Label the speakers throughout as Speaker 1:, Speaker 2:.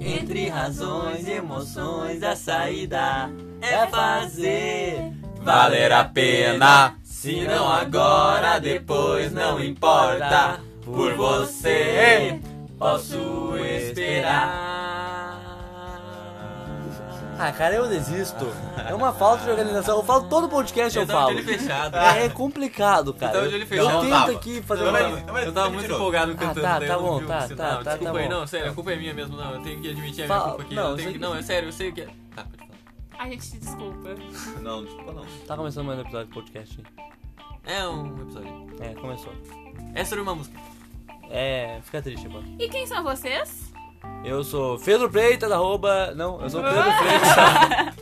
Speaker 1: Entre razões e emoções, a saída é fazer
Speaker 2: valer a pena.
Speaker 1: Se não agora, depois não importa. Por você posso esperar.
Speaker 3: Ah, cara, eu desisto. É uma falta de organização. Eu falo todo podcast, eu,
Speaker 1: Eu tava
Speaker 3: falo.
Speaker 1: de olho fechado.
Speaker 3: É, é complicado, cara.
Speaker 1: tava de olho fechado.
Speaker 3: Eu
Speaker 1: Não,
Speaker 3: tento
Speaker 2: tava.
Speaker 3: aqui fazer
Speaker 2: Eu
Speaker 3: uma...
Speaker 2: tava-
Speaker 1: Eu tava muito empolgado cantando.
Speaker 3: tá,
Speaker 1: daí
Speaker 3: tá
Speaker 1: eu não
Speaker 3: bom,
Speaker 1: vi o
Speaker 3: tá,
Speaker 1: sinal.
Speaker 3: tá, tá,
Speaker 1: Desculpa
Speaker 3: tá
Speaker 1: aí,
Speaker 3: bom.
Speaker 1: não, sério, a culpa é minha mesmo, não. Eu tenho que admitir a minha
Speaker 3: Fala-
Speaker 1: culpa aqui.
Speaker 3: não,
Speaker 1: eu tenho
Speaker 3: isso
Speaker 1: que-
Speaker 3: aqui-
Speaker 1: não, é sério, eu sei que é. Tá, pode falar.
Speaker 4: A gente te desculpa.
Speaker 2: Não, desculpa não.
Speaker 3: Tá começando mais um episódio do podcast. hein?
Speaker 1: É um episódio.
Speaker 3: É, começou.
Speaker 1: É sobre uma música.
Speaker 3: É, fica triste agora.
Speaker 4: E quem são vocês?
Speaker 3: Eu sou Pedro Freitas, arroba... Não, eu sou Pedro Freitas.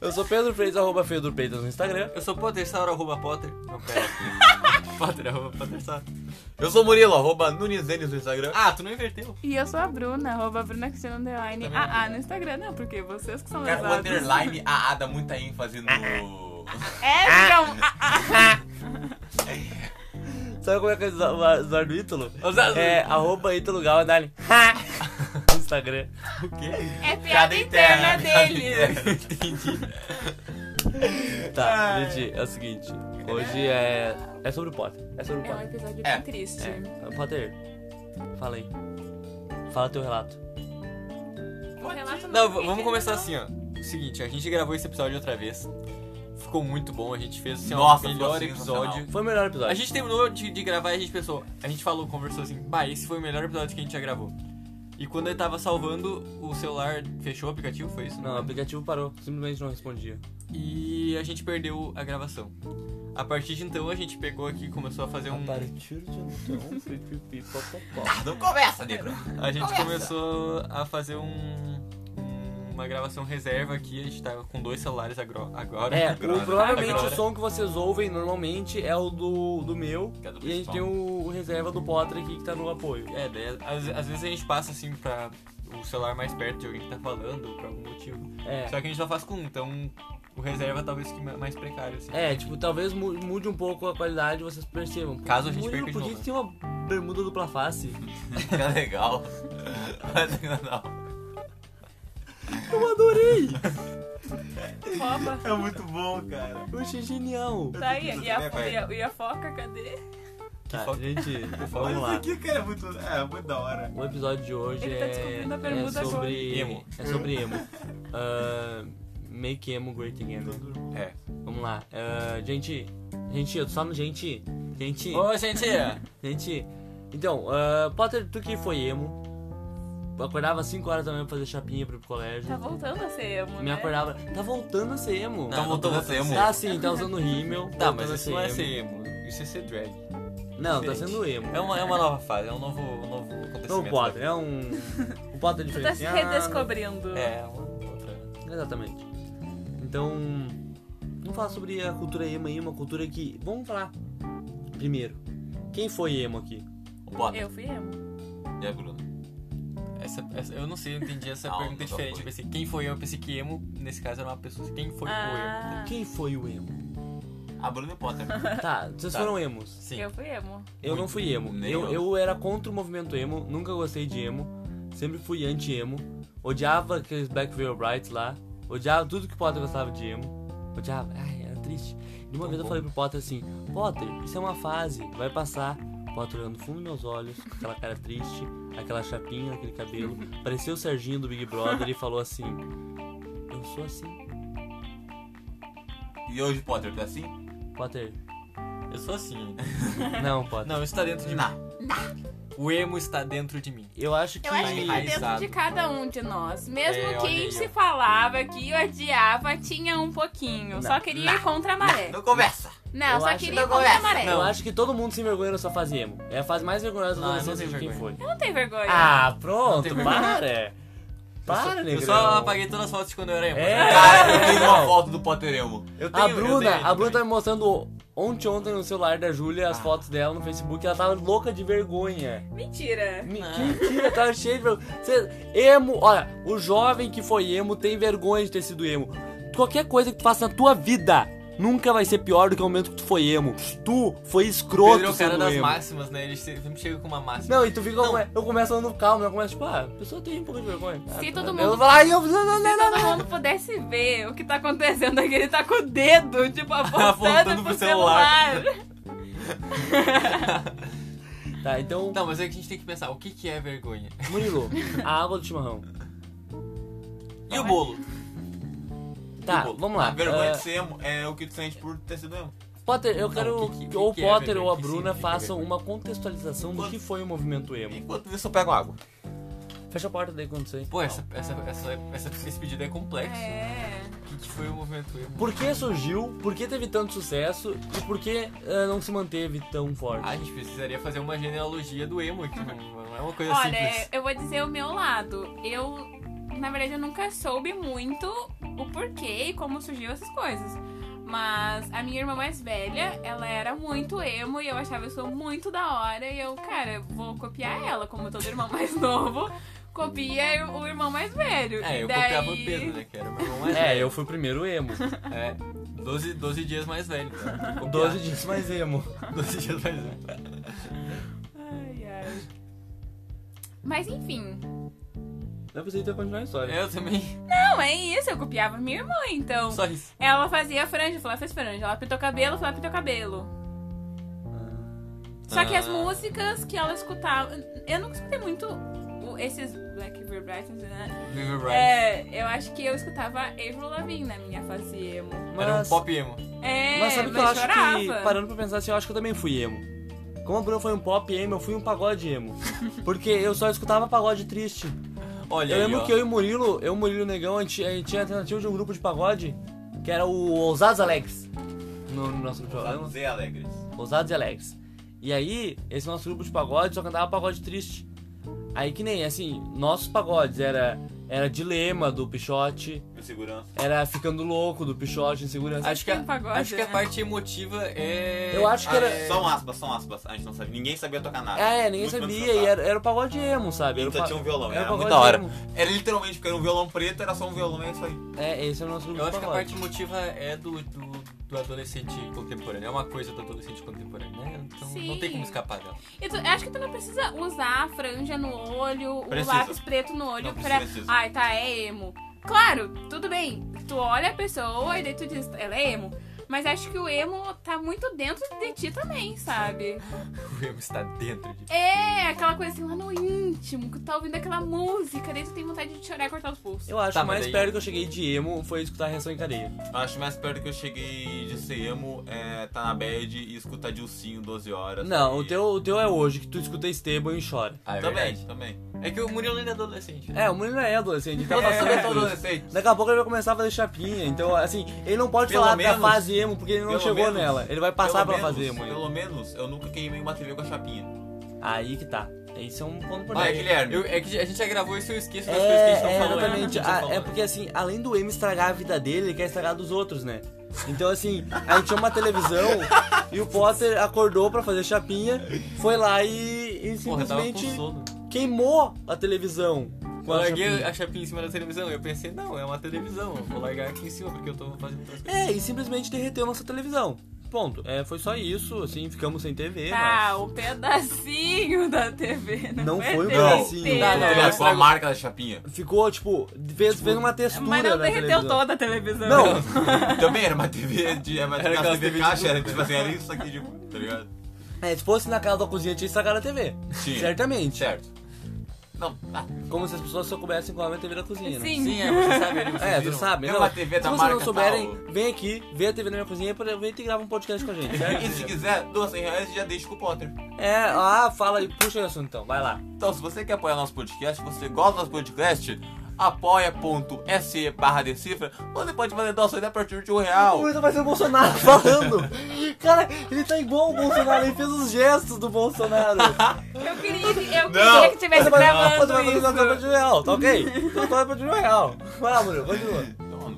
Speaker 3: eu sou Pedro Freitas, arroba Pedro Freitas no Instagram.
Speaker 1: Eu sou Potter Sauro, arroba Potter. Não, pera. Potter, arroba Potter Sauro.
Speaker 2: Eu sou Murilo, arroba Nunes Denis no Instagram.
Speaker 1: Ah, tu não inverteu.
Speaker 4: E eu sou a Bruna, arroba Bruna Cristina Underline.
Speaker 1: Também
Speaker 4: Ah, ah, no Instagram não, porque vocês que são
Speaker 2: Cara, o
Speaker 4: lesados.
Speaker 2: underline AA dá muita ênfase no.
Speaker 4: É, então. ah, ah.
Speaker 3: Sabe como é que é o usa- o usuário do Ítalo?
Speaker 1: Usado.
Speaker 3: É, arroba Ítalo Gal, Andali. No Instagram.
Speaker 1: O quê?
Speaker 4: É piada interna deles.
Speaker 3: Tá, gente, é o seguinte. Hoje é. É sobre o Potter. É sobre o
Speaker 4: É um
Speaker 3: Potter.
Speaker 4: episódio
Speaker 2: É.
Speaker 4: bem triste.
Speaker 3: É. Potter, fala aí. Fala teu relato.
Speaker 4: O relato
Speaker 1: Não,
Speaker 4: fica,
Speaker 1: v- vamos começar
Speaker 4: não.
Speaker 1: assim, ó. Seguinte, a gente gravou esse episódio outra vez. Ficou muito bom, a gente fez assim, ó,
Speaker 2: Nossa,
Speaker 1: o
Speaker 2: ficou
Speaker 1: melhor
Speaker 2: sensacional.
Speaker 1: episódio.
Speaker 3: Foi o melhor episódio.
Speaker 1: A gente terminou de, de gravar e a gente pensou, a gente falou, conversou assim, bah, esse foi o melhor episódio que a gente já gravou. E quando eu tava salvando, o celular fechou o aplicativo, foi isso?
Speaker 3: Não, o aplicativo parou, simplesmente não respondia.
Speaker 1: E a gente perdeu a gravação. A partir de então a gente pegou aqui e começou a fazer um.
Speaker 3: partir de então,
Speaker 2: Ah, não começa, negro.
Speaker 1: A gente começou a fazer um. um- Uma gravação reserva aqui, a gente tava com dois celulares agro- agora.
Speaker 3: É,
Speaker 2: Agora,
Speaker 3: o, provavelmente
Speaker 1: agora.
Speaker 3: o som que vocês ouvem normalmente é o do, do meu.
Speaker 2: Que é do
Speaker 3: e a gente
Speaker 2: principal.
Speaker 3: tem o, o reserva do Potter aqui que tá no apoio.
Speaker 1: É, daí, às, às vezes a gente passa assim pra o celular mais perto de alguém que tá falando, ou por algum motivo.
Speaker 3: É.
Speaker 1: Só que a gente só faz com um, então o reserva talvez fique ma- mais precário, assim.
Speaker 3: É, tipo, talvez mu- mude um pouco a qualidade e vocês percebam.
Speaker 1: Caso a gente
Speaker 3: Murilo,
Speaker 1: perca de
Speaker 3: por que
Speaker 1: novo,
Speaker 3: que
Speaker 1: né?
Speaker 3: tem uma bermuda dupla face?
Speaker 2: Fica legal. Mas ainda não.
Speaker 3: Eu adorei!
Speaker 4: Oba.
Speaker 3: um
Speaker 2: É muito bom, cara.
Speaker 3: Eu achei genial!
Speaker 4: Tá aí, e a,
Speaker 2: Também vai.
Speaker 4: e a- e a foca, cadê?
Speaker 3: Tá,
Speaker 1: foca-
Speaker 3: gente,
Speaker 2: Olha
Speaker 3: vamos lá.
Speaker 2: aqui, cara, é muito, é, muito da hora.
Speaker 3: O episódio de hoje
Speaker 4: Ele tá
Speaker 3: é,
Speaker 4: descobrindo a
Speaker 3: é
Speaker 4: bermuda
Speaker 3: sobre
Speaker 1: agora.
Speaker 3: É sobre emo. Ah, make emo great again.
Speaker 2: É.
Speaker 3: Vamos lá. Ah, gente, gente, eu tô só no gente. Gente,
Speaker 1: Ô, gente!
Speaker 3: gente. Então, ah, Potter, tu que foi emo? Acordava às 5 horas da manhã pra fazer chapinha pra ir pro colégio.
Speaker 4: Tá voltando a ser emo,
Speaker 3: Me
Speaker 4: né?
Speaker 3: acordava. Tá voltando a ser emo.
Speaker 1: Não,
Speaker 2: voltou
Speaker 1: não,
Speaker 2: você, amor.
Speaker 3: Tá sim, tá usando rímel.
Speaker 1: Tá,
Speaker 3: voltando
Speaker 1: mas
Speaker 3: a
Speaker 1: isso não é ser emo. Isso é ser drag.
Speaker 3: Não, tá
Speaker 1: diferente.
Speaker 3: sendo emo.
Speaker 1: É uma, é uma nova fase, é um novo, um novo acontecimento.
Speaker 3: Não, o Potter, é um.
Speaker 1: assim.
Speaker 3: O Potter
Speaker 4: Tu tá se
Speaker 3: diferenciado.
Speaker 4: redescobrindo.
Speaker 1: É, uma outra.
Speaker 3: Exatamente. Então, vamos falar sobre a cultura emo aí, uma cultura que. Vamos falar. Primeiro, quem foi emo aqui?
Speaker 2: O Potter
Speaker 4: Eu fui emo.
Speaker 2: e a Bruna.
Speaker 1: Essa, essa- eu não sei, eu entendi essa
Speaker 2: Não,
Speaker 1: pergunta
Speaker 2: não
Speaker 1: diferente. Eu
Speaker 2: foi.
Speaker 1: pensei, quem foi emo? Eu pensei que emo, nesse caso, era uma pessoa. Quem foi o emo?
Speaker 4: Ah,
Speaker 3: Quem foi o emo?
Speaker 2: A Bruna e o Potter.
Speaker 3: Tá, vocês
Speaker 1: Tá.
Speaker 3: foram emos.
Speaker 1: Sim.
Speaker 4: eu fui emo.
Speaker 3: Eu
Speaker 2: Muito
Speaker 3: não fui emo.
Speaker 2: nem
Speaker 3: Eu,
Speaker 2: eu.
Speaker 3: eu era contra o movimento emo, nunca gostei de emo, sempre fui anti-emo, odiava aqueles Black Veil Brights lá, odiava tudo que o Potter gostava de emo, odiava, ai, era triste. E uma
Speaker 1: Tão
Speaker 3: vez eu
Speaker 1: bom.
Speaker 3: falei pro Potter assim: Potter, isso é uma fase, vai passar. O Potter olhando no fundo dos meus olhos, com aquela cara triste, aquela chapinha, aquele cabelo. Parecia o Serginho do Big Brother e falou assim: Eu sou assim.
Speaker 2: E hoje o Potter tá assim?
Speaker 3: Potter,
Speaker 1: Eu sou assim.
Speaker 3: não, Potter.
Speaker 1: Não, isso tá dentro de mim. O emo está dentro de mim.
Speaker 3: Eu acho que.
Speaker 4: Eu acho que tá dentro
Speaker 1: Enraizado.
Speaker 4: de cada um de nós. Mesmo
Speaker 1: É, olha
Speaker 4: quem
Speaker 1: aí,
Speaker 4: se
Speaker 1: ó.
Speaker 4: falava que odiava, tinha um pouquinho. Só queria ir contra a maré.
Speaker 2: Não começa!
Speaker 4: Não,
Speaker 3: Eu
Speaker 4: só
Speaker 3: acho-
Speaker 4: queria ir
Speaker 2: Não
Speaker 4: contra a
Speaker 2: começa.
Speaker 4: maré.
Speaker 3: É, Eu
Speaker 1: Não.
Speaker 3: acho que todo mundo se envergonha na sua fase emo. É a fase mais vergonhosa da
Speaker 1: Não, eu não
Speaker 3: adolescência
Speaker 1: tenho
Speaker 3: de quem
Speaker 1: vergonha.
Speaker 3: foi.
Speaker 4: Não tem vergonha.
Speaker 3: Ah,
Speaker 1: Não
Speaker 3: pronto,
Speaker 1: tem vergonha.
Speaker 3: para! é. Para,
Speaker 1: eu
Speaker 3: negrão.
Speaker 1: só apaguei todas as fotos de quando eu era emo.
Speaker 3: É.
Speaker 2: Cara, eu tenho uma
Speaker 3: Não.
Speaker 2: foto do Potter Emo.
Speaker 1: Eu tenho,
Speaker 3: A
Speaker 1: eu
Speaker 3: Bruna,
Speaker 1: tenho Ah.
Speaker 3: a Bruna tá
Speaker 1: também.
Speaker 3: me mostrando ontem, ontem no celular da Júlia as fotos dela no Facebook. Ela tava louca de vergonha.
Speaker 4: Mentira.
Speaker 3: Me-
Speaker 1: Ah.
Speaker 3: Que mentira, tava cheia de vergonha. Cê- emo, olha, o jovem que foi emo tem vergonha de ter sido emo. Qualquer coisa que tu faça na tua vida, Nunca vai ser pior do que o momento que tu foi emo. Tu foi escroto,
Speaker 1: Pedro é o cara
Speaker 3: sendo
Speaker 1: das
Speaker 3: emo.
Speaker 1: máximas, né? Ele sempre chega com uma máxima.
Speaker 3: Não, e tu fica. Eu começo andando calmo, eu começo, tipo, ah, a pessoa tem um pouco de vergonha. Ah,
Speaker 4: Se
Speaker 3: tá-
Speaker 4: todo
Speaker 3: Eu
Speaker 4: mundo-
Speaker 3: vou lá e eu. Não, não,
Speaker 4: Se
Speaker 3: não, não.
Speaker 4: todo mundo pudesse ver o que tá acontecendo aqui, ele tá com o dedo, tipo, apontando, pro
Speaker 1: Apontando pro
Speaker 4: celular.
Speaker 1: celular.
Speaker 3: Tá, então,
Speaker 1: Não, mas é que a gente tem que pensar, o que que é vergonha?
Speaker 3: Murilo, a água do chimarrão.
Speaker 1: E o bolo?
Speaker 3: Tá,
Speaker 2: Tipo,
Speaker 3: vamos lá.
Speaker 2: A vergonha de
Speaker 3: Ah,
Speaker 2: ser emo é o que tu sente por ter sido emo.
Speaker 3: Potter, eu quero
Speaker 1: o que
Speaker 3: que,
Speaker 1: que- o que
Speaker 3: ou o
Speaker 1: que é
Speaker 3: Potter
Speaker 1: vergonha?
Speaker 3: ou a
Speaker 1: O que
Speaker 3: Bruna
Speaker 1: significa
Speaker 3: façam
Speaker 1: vergonha?
Speaker 3: uma contextualização do que foi o movimento emo.
Speaker 2: Enquanto isso, eu pego água.
Speaker 3: Fecha a porta daí quando sair. Tá.
Speaker 1: Pô, essa, essa, essa, essa- esse pedido é complexo.
Speaker 4: É.
Speaker 1: O que, que foi o movimento emo?
Speaker 3: Por que surgiu? Por que teve tanto sucesso? E por que ah, não se manteve tão forte?
Speaker 1: Ah, a gente precisaria fazer uma genealogia do emo aqui, não- não é uma coisa
Speaker 4: Olha,
Speaker 1: simples.
Speaker 4: eu vou dizer o meu lado. Eu, na verdade, eu nunca soube muito o porquê e como surgiu essas coisas. Mas a minha irmã mais velha, ela era muito emo e eu achava isso muito da hora. E eu, cara, vou copiar ela, como todo irmão mais novo. Copia o irmão mais velho.
Speaker 1: É, eu
Speaker 4: e daí...
Speaker 1: copiava o Pedro, né, que era meu irmão mais
Speaker 3: É,
Speaker 1: velho.
Speaker 3: eu fui o primeiro emo.
Speaker 1: É, 12, 12 dias mais velho. Né? Tem que copiar.
Speaker 3: 12 dias mais emo.
Speaker 1: 12 dias mais velho.
Speaker 4: Ai, ai. Mas enfim.
Speaker 3: Dá pra você ter continuar a história.
Speaker 1: Eu também,
Speaker 4: Não, é isso, eu copiava minha irmã, então.
Speaker 1: só isso.
Speaker 4: Ela fazia franja, eu falava, fez franja. Ela pintou cabelo, eu falava, pintou cabelo. Só que as
Speaker 1: Ah.
Speaker 4: músicas que ela escutava. Eu nunca escutei muito o- esses Black Beer Brightons, né?
Speaker 1: Viver Bright.
Speaker 4: É, eu acho que eu escutava Avril Lavigne na minha fase emo.
Speaker 1: Era um
Speaker 3: Mas,
Speaker 1: pop emo.
Speaker 4: É,
Speaker 3: mas sabe o que eu acho
Speaker 4: chorava.
Speaker 3: que, parando pra pensar assim, eu acho que eu também fui emo. Como a Bruna foi um pop emo, eu fui um pagode emo. Porque eu só escutava pagode triste.
Speaker 1: Olha
Speaker 3: Eu
Speaker 1: aí,
Speaker 3: lembro
Speaker 1: ó.
Speaker 3: que eu e o Murilo, eu e o Murilo Negão, a gente, a gente tinha a alternativa de um grupo de pagode, que era o Ousados Alex. No, no nosso grupo de
Speaker 2: Vamos
Speaker 3: pagode. né?
Speaker 2: dizer alegres.
Speaker 3: Ousados e Alex. E aí, esse nosso grupo de pagode só cantava pagode triste. Aí que nem, assim, nossos pagodes era, era Dilema do Pichote,
Speaker 2: De segurança.
Speaker 3: era Ficando Louco do Pichote, Insegurança.
Speaker 1: Acho que,
Speaker 4: Tem
Speaker 1: a,
Speaker 4: um pagode,
Speaker 1: acho que a
Speaker 4: né?
Speaker 1: parte emotiva é.
Speaker 3: Eu acho que era-
Speaker 1: é-
Speaker 2: Só um aspas, só um aspas. A gente não sabia. Ninguém sabia tocar nada.
Speaker 3: Ah, é, ninguém
Speaker 2: Muito menos
Speaker 3: sabia, e
Speaker 2: cantar.
Speaker 3: era, era o pagode emo, sabe? Era
Speaker 2: Ele
Speaker 3: o
Speaker 2: só
Speaker 3: pa-
Speaker 2: tinha um violão,
Speaker 3: era
Speaker 2: era,
Speaker 3: o
Speaker 2: muito
Speaker 3: pagode
Speaker 2: da hora.
Speaker 3: emo.
Speaker 2: Era literalmente porque era um violão preto, era só um violão e é isso aí.
Speaker 3: É, esse era o nosso grupo
Speaker 1: Eu acho
Speaker 3: de
Speaker 1: que a
Speaker 3: pagode.
Speaker 1: parte emotiva é do, do, do adolescente contemporâneo. É uma coisa do adolescente contemporâneo, né? Então não
Speaker 4: Sim.
Speaker 1: tem como escapar dela.
Speaker 4: E tu- acho que tu não precisa usar a franja no olho,
Speaker 2: Precisa.
Speaker 4: o lápis preto no olho
Speaker 2: Não
Speaker 4: pra.
Speaker 2: precisa.
Speaker 4: Ai, tá, é emo. Claro, tudo bem. Tu olha a pessoa e daí tu diz, ela é emo. Mas acho que o emo tá muito dentro de ti também, sabe?
Speaker 1: O emo está dentro de.
Speaker 4: É, aquela coisa assim lá no íntimo, que tu tá ouvindo aquela música, daí tu tem vontade de chorar e cortar os pulsos.
Speaker 3: Eu acho
Speaker 1: Tá,
Speaker 3: que o
Speaker 1: mas
Speaker 3: mais
Speaker 1: aí-
Speaker 3: perto que eu cheguei de emo foi escutar a reação em cadeia.
Speaker 2: Eu acho mais perto que eu cheguei de ser emo, é, tá na bad e escutar Dilcinho 12 horas.
Speaker 3: Não,
Speaker 2: e-
Speaker 3: o teu, o teu é hoje, que tu escuta Esteban e chora.
Speaker 1: Ah, é
Speaker 2: Também,
Speaker 1: verdade.
Speaker 2: também.
Speaker 1: É que o Murilo ainda é adolescente. né?
Speaker 3: É, o menino é adolescente, ele tá passando
Speaker 2: É,
Speaker 3: por
Speaker 2: todo
Speaker 3: isso.
Speaker 2: adolescente.
Speaker 3: Daqui a pouco ele vai começar a fazer chapinha, então assim, ele não pode
Speaker 2: Pelo
Speaker 3: falar
Speaker 2: menos-
Speaker 3: da fase emo, porque ele não
Speaker 2: pelo
Speaker 3: chegou
Speaker 2: menos-
Speaker 3: nela. Ele vai passar
Speaker 2: pelo
Speaker 3: pela fase
Speaker 2: menos-
Speaker 3: emo. ainda.
Speaker 2: Pelo menos eu nunca queimei uma TV com a chapinha.
Speaker 3: Aí que tá. Isso é um ponto
Speaker 1: Ah,
Speaker 2: Vai,
Speaker 3: importante.
Speaker 1: é-
Speaker 2: Guilherme.
Speaker 1: eu- é que a gente já gravou isso e eu esqueço das coisas que a
Speaker 3: É,
Speaker 1: gente não
Speaker 3: é,
Speaker 1: falou. né?
Speaker 3: exatamente.
Speaker 1: A gente já
Speaker 3: Ah,
Speaker 1: falou,
Speaker 3: é
Speaker 1: né?
Speaker 3: porque assim, além do emo estragar a vida dele, ele quer estragar dos outros, né? Então assim, a gente tinha uma televisão e o Potter acordou pra fazer chapinha, foi lá e, e
Speaker 1: Porra, eu tava com
Speaker 3: simplesmente
Speaker 1: sono.
Speaker 3: queimou a televisão.
Speaker 1: Eu
Speaker 3: com a
Speaker 1: larguei
Speaker 3: chapinha.
Speaker 1: a chapinha em cima da televisão. Eu pensei, não, é uma televisão. Eu vou largar aqui em cima porque eu tô fazendo outras coisas.
Speaker 3: É, e simplesmente derreteu nossa televisão. Ponto. É, foi só isso, assim, ficamos sem TV,
Speaker 4: Tá,
Speaker 3: mas...
Speaker 4: um pedacinho da TV. Não, é
Speaker 3: Não foi um
Speaker 4: a TV
Speaker 3: pedacinho.
Speaker 4: inteira.
Speaker 1: Não, não,
Speaker 2: Teve
Speaker 1: eu
Speaker 2: a sua
Speaker 1: trago-
Speaker 2: marca da chapinha.
Speaker 3: Ficou, tipo, fez, fez uma textura
Speaker 4: Mas não
Speaker 3: na
Speaker 4: derreteu
Speaker 3: televisão.
Speaker 4: toda a televisão.
Speaker 3: Não,
Speaker 2: Também era uma TV de. Era uma
Speaker 1: Era aquela
Speaker 2: TV
Speaker 1: TV
Speaker 2: caixa, era tipo assim, era isso aqui, tipo, tá ligado?
Speaker 3: é, se fosse na casa da cozinha, tinha estragado a TV.
Speaker 2: Tinha.
Speaker 3: Certamente.
Speaker 2: Certo. Não, tá.
Speaker 3: Como se as pessoas só soubessem qual é a TV da cozinha, né?
Speaker 4: Sim.
Speaker 1: Sim, é, você sabe, ele, vocês
Speaker 3: É, tu
Speaker 1: viram?
Speaker 3: sabe.
Speaker 2: É
Speaker 3: não.
Speaker 2: uma TV
Speaker 3: se
Speaker 2: da
Speaker 3: vocês
Speaker 2: marca
Speaker 3: não souberem,
Speaker 2: tal.
Speaker 3: vem aqui, vê a TV na minha cozinha, aproveita e grava um podcast com a gente,
Speaker 2: E
Speaker 3: certo?
Speaker 2: se quiser, doa 100 reais e já deixa com o Potter.
Speaker 3: é, ah, fala aí, puxa o assunto então, vai lá.
Speaker 2: Então, se você quer apoiar nosso podcast, se você gosta do nosso podcast, apoia.se barra decifra, você pode fazer doações a partir de um
Speaker 3: O
Speaker 2: real.
Speaker 3: Wilson vai ser o Bolsonaro falando. Cara, ele tá igual o Bolsonaro, ele fez os gestos do Bolsonaro.
Speaker 4: Eu queria, eu
Speaker 2: Não.
Speaker 4: queria que tivesse
Speaker 3: Mas
Speaker 4: gravando
Speaker 3: vai fazer
Speaker 4: isso.
Speaker 3: doação de real, tá ok? Então vai pra de real. Vai lá, Murilo, continua.
Speaker 2: Então,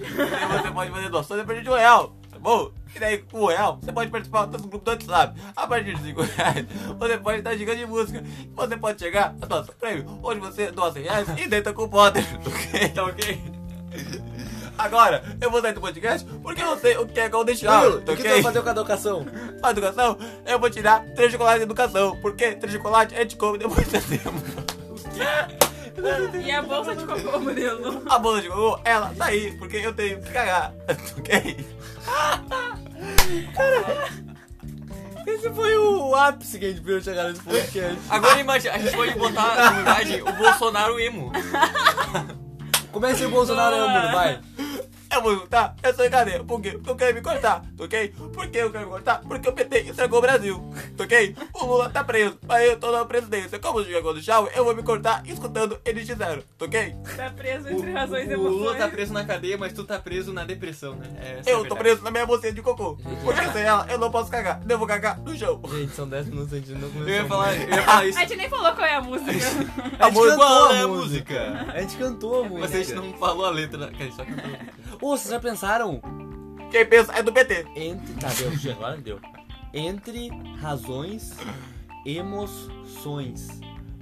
Speaker 2: e você pode fazer doações a partir de um real, tá bom? E daí, com um real, você pode participar do nosso grupo do WhatsApp. A partir de cinco reais, você pode estar gigante de música. Você pode chegar a doação prêmio, onde você doa 100 reais e deita com o Potter, ok? Tá ok? Agora, eu vou sair do podcast porque eu não sei o que é qual deixar.
Speaker 3: Will,
Speaker 2: tá
Speaker 3: o que tu vai
Speaker 2: ok?
Speaker 3: fazer com a educação?
Speaker 2: A educação, eu vou tirar três chocolates de educação. Porque três chocolates a gente come depois de setembro.
Speaker 4: E a bolsa de cocô, Murilo?
Speaker 2: A bola de cocô, ela tá aí, porque eu tenho que cagar. Ok?
Speaker 3: Esse foi o ápice que a gente viu chegar nesse podcast.
Speaker 5: Agora imagina, a gente pode botar na imagem o Bolsonaro emo.
Speaker 3: Comece o Bolsonaro aí, Bruno, vai.
Speaker 2: Eu vou juntar, eu sou encadeia. É Por quê? Porque eu quero me cortar, tá ok? Por que eu quero me cortar? Porque o PT estragou o Brasil, tá ok? O Lula tá preso, mas eu tô na presidência. Como o Diego do Chau, eu vou me cortar escutando eles disseram, tá ok?
Speaker 4: Tá preso entre razões e
Speaker 1: o Lula
Speaker 4: emoções.
Speaker 1: tá preso na cadeia, mas tu tá preso na depressão, né? É, essa é a
Speaker 2: Eu tô
Speaker 1: verdade.
Speaker 2: preso na minha bolsinha de cocô. Porque sem ela, eu não posso cagar. Eu vou cagar no chão.
Speaker 6: Gente, são 10 minutos, a gente não começou.
Speaker 1: Eu ia falar, eu ia falar isso.
Speaker 4: A gente nem falou qual é a música.
Speaker 3: A gente
Speaker 1: Qual é a
Speaker 3: cantou a música.
Speaker 1: música?
Speaker 3: A gente
Speaker 4: É
Speaker 3: cantou a
Speaker 1: Mas a gente
Speaker 3: música.
Speaker 1: não falou a letra. Quer dizer, só que
Speaker 3: Ô, vocês já pensaram?
Speaker 2: Quem pensa é do PT.
Speaker 3: Entre. Tá, deu, já, agora deu. Entre razões, emoções.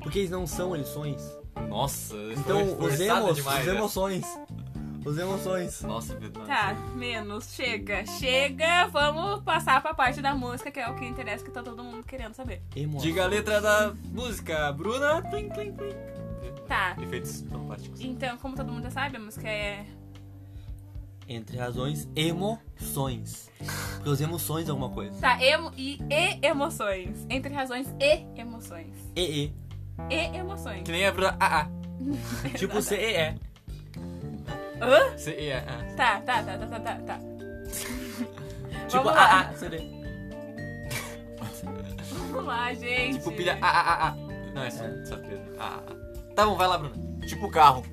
Speaker 3: Porque eles não são eleições.
Speaker 1: Nossa, isso
Speaker 3: Então,
Speaker 1: foi
Speaker 3: os
Speaker 1: forçado
Speaker 3: emos,
Speaker 1: demais,
Speaker 3: os
Speaker 1: né?
Speaker 3: emoções. Os emoções.
Speaker 1: Nossa, Pedro.
Speaker 4: Tá, menos. Chega, chega. Vamos passar pra parte da música, que é o que interessa, que tá todo mundo querendo saber.
Speaker 3: Emo.
Speaker 1: Diga a letra da música, Bruna. Plim, plim, plim.
Speaker 4: Tá.
Speaker 1: Efeitos fantásticos.
Speaker 4: Então, como todo mundo já sabe, a música é.
Speaker 3: Entre razões, emoções. Porque os emoções é alguma coisa.
Speaker 4: Tá, emo e, e emoções. Entre razões e emoções.
Speaker 3: E,
Speaker 4: E emoções.
Speaker 1: Que nem a Bruna. Ah, ah.
Speaker 3: e. Tipo C, E, E.
Speaker 4: Hã?
Speaker 1: Você ia. Ah.
Speaker 4: Tá, tá, tá, tá, tá, tá, tá.
Speaker 3: Tipo
Speaker 4: Vamos
Speaker 3: A,
Speaker 4: lá.
Speaker 3: A, C, D.
Speaker 4: Vamos lá, gente.
Speaker 1: Tipo pilha. Ah, ah, ah, ah. Não, é só, só Pedro. Ah, ah, ah. Tá bom, vai lá, Bruna.
Speaker 2: Tipo carro.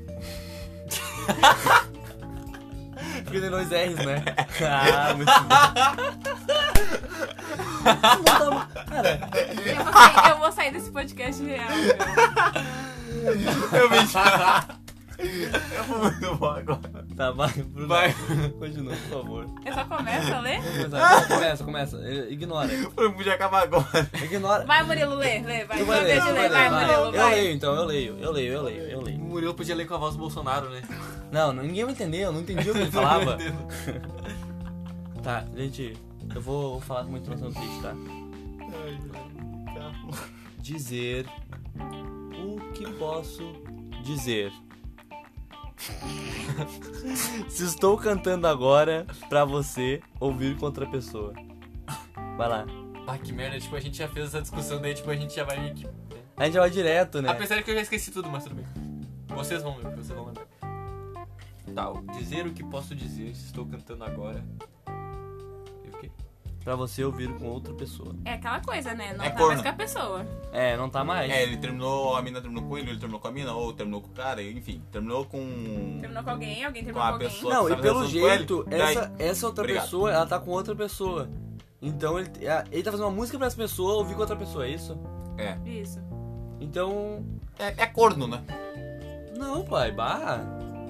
Speaker 3: Porque tem dois R's, né? ah, muito bom. Não tá- Cara,
Speaker 4: Eu vou sair, eu vou sair desse podcast real, meu.
Speaker 2: Eu me Eu vou muito bom agora.
Speaker 3: tá, vai, Bruno.
Speaker 1: Vai.
Speaker 3: Continua, por favor.
Speaker 4: Eu só começo a ler?
Speaker 3: Começa, começa, começa. Eh, Ignora.
Speaker 2: Eu podia acabar agora.
Speaker 3: Ignora.
Speaker 4: Vai, Murilo, lê, lê, vai.
Speaker 3: Tu
Speaker 4: Só
Speaker 3: vai ler,
Speaker 4: deixa
Speaker 3: tu
Speaker 4: eu
Speaker 3: vai
Speaker 4: ler,
Speaker 3: ler,
Speaker 4: vai,
Speaker 3: vai.
Speaker 4: Murilo,
Speaker 3: Eu
Speaker 4: vai.
Speaker 3: leio, então, eu leio, eu leio, eu leio, eu
Speaker 5: O
Speaker 3: leio.
Speaker 5: Murilo podia ler com a voz do Bolsonaro, né?
Speaker 3: Não, não- ninguém me entendeu, eu não entendi o que ele falava. tá, gente, eu vou, vou falar com uma introdução triste, tá? Dizer o que posso dizer. Se estou cantando agora pra você ouvir com outra pessoa. Vai lá.
Speaker 5: Ah, que merda, tipo, a gente já fez essa discussão, daí tipo, a gente já vai meio que...
Speaker 3: A gente vai direto, né?
Speaker 5: Apesar que eu já esqueci tudo, mas tudo bem. Vocês vão ver, vocês vão lembrar. Tal, dizer o que posso dizer se estou cantando agora. E o quê?
Speaker 3: Pra você ouvir com outra pessoa.
Speaker 4: É aquela coisa, né? Não
Speaker 2: É
Speaker 4: tá
Speaker 2: corno.
Speaker 4: mais com a pessoa.
Speaker 3: É, não tá mais.
Speaker 2: É, ele terminou, a mina terminou com ele, ele terminou com a mina, ou terminou com o cara, enfim, terminou com.
Speaker 4: Terminou com alguém, alguém terminou
Speaker 2: Com a
Speaker 4: com alguém.
Speaker 2: pessoa.
Speaker 3: Não, e
Speaker 2: Sabe
Speaker 3: pelo
Speaker 2: dançando com ele?
Speaker 3: jeito,
Speaker 2: Daí-
Speaker 3: essa, essa outra
Speaker 2: Obrigado.
Speaker 3: pessoa, ela tá com outra pessoa. Então ele, ele tá fazendo uma música pra essa pessoa ouvir com outra pessoa, é isso?
Speaker 4: Isso.
Speaker 3: Então.
Speaker 2: É, é corno, né?
Speaker 3: Não, pai, barra.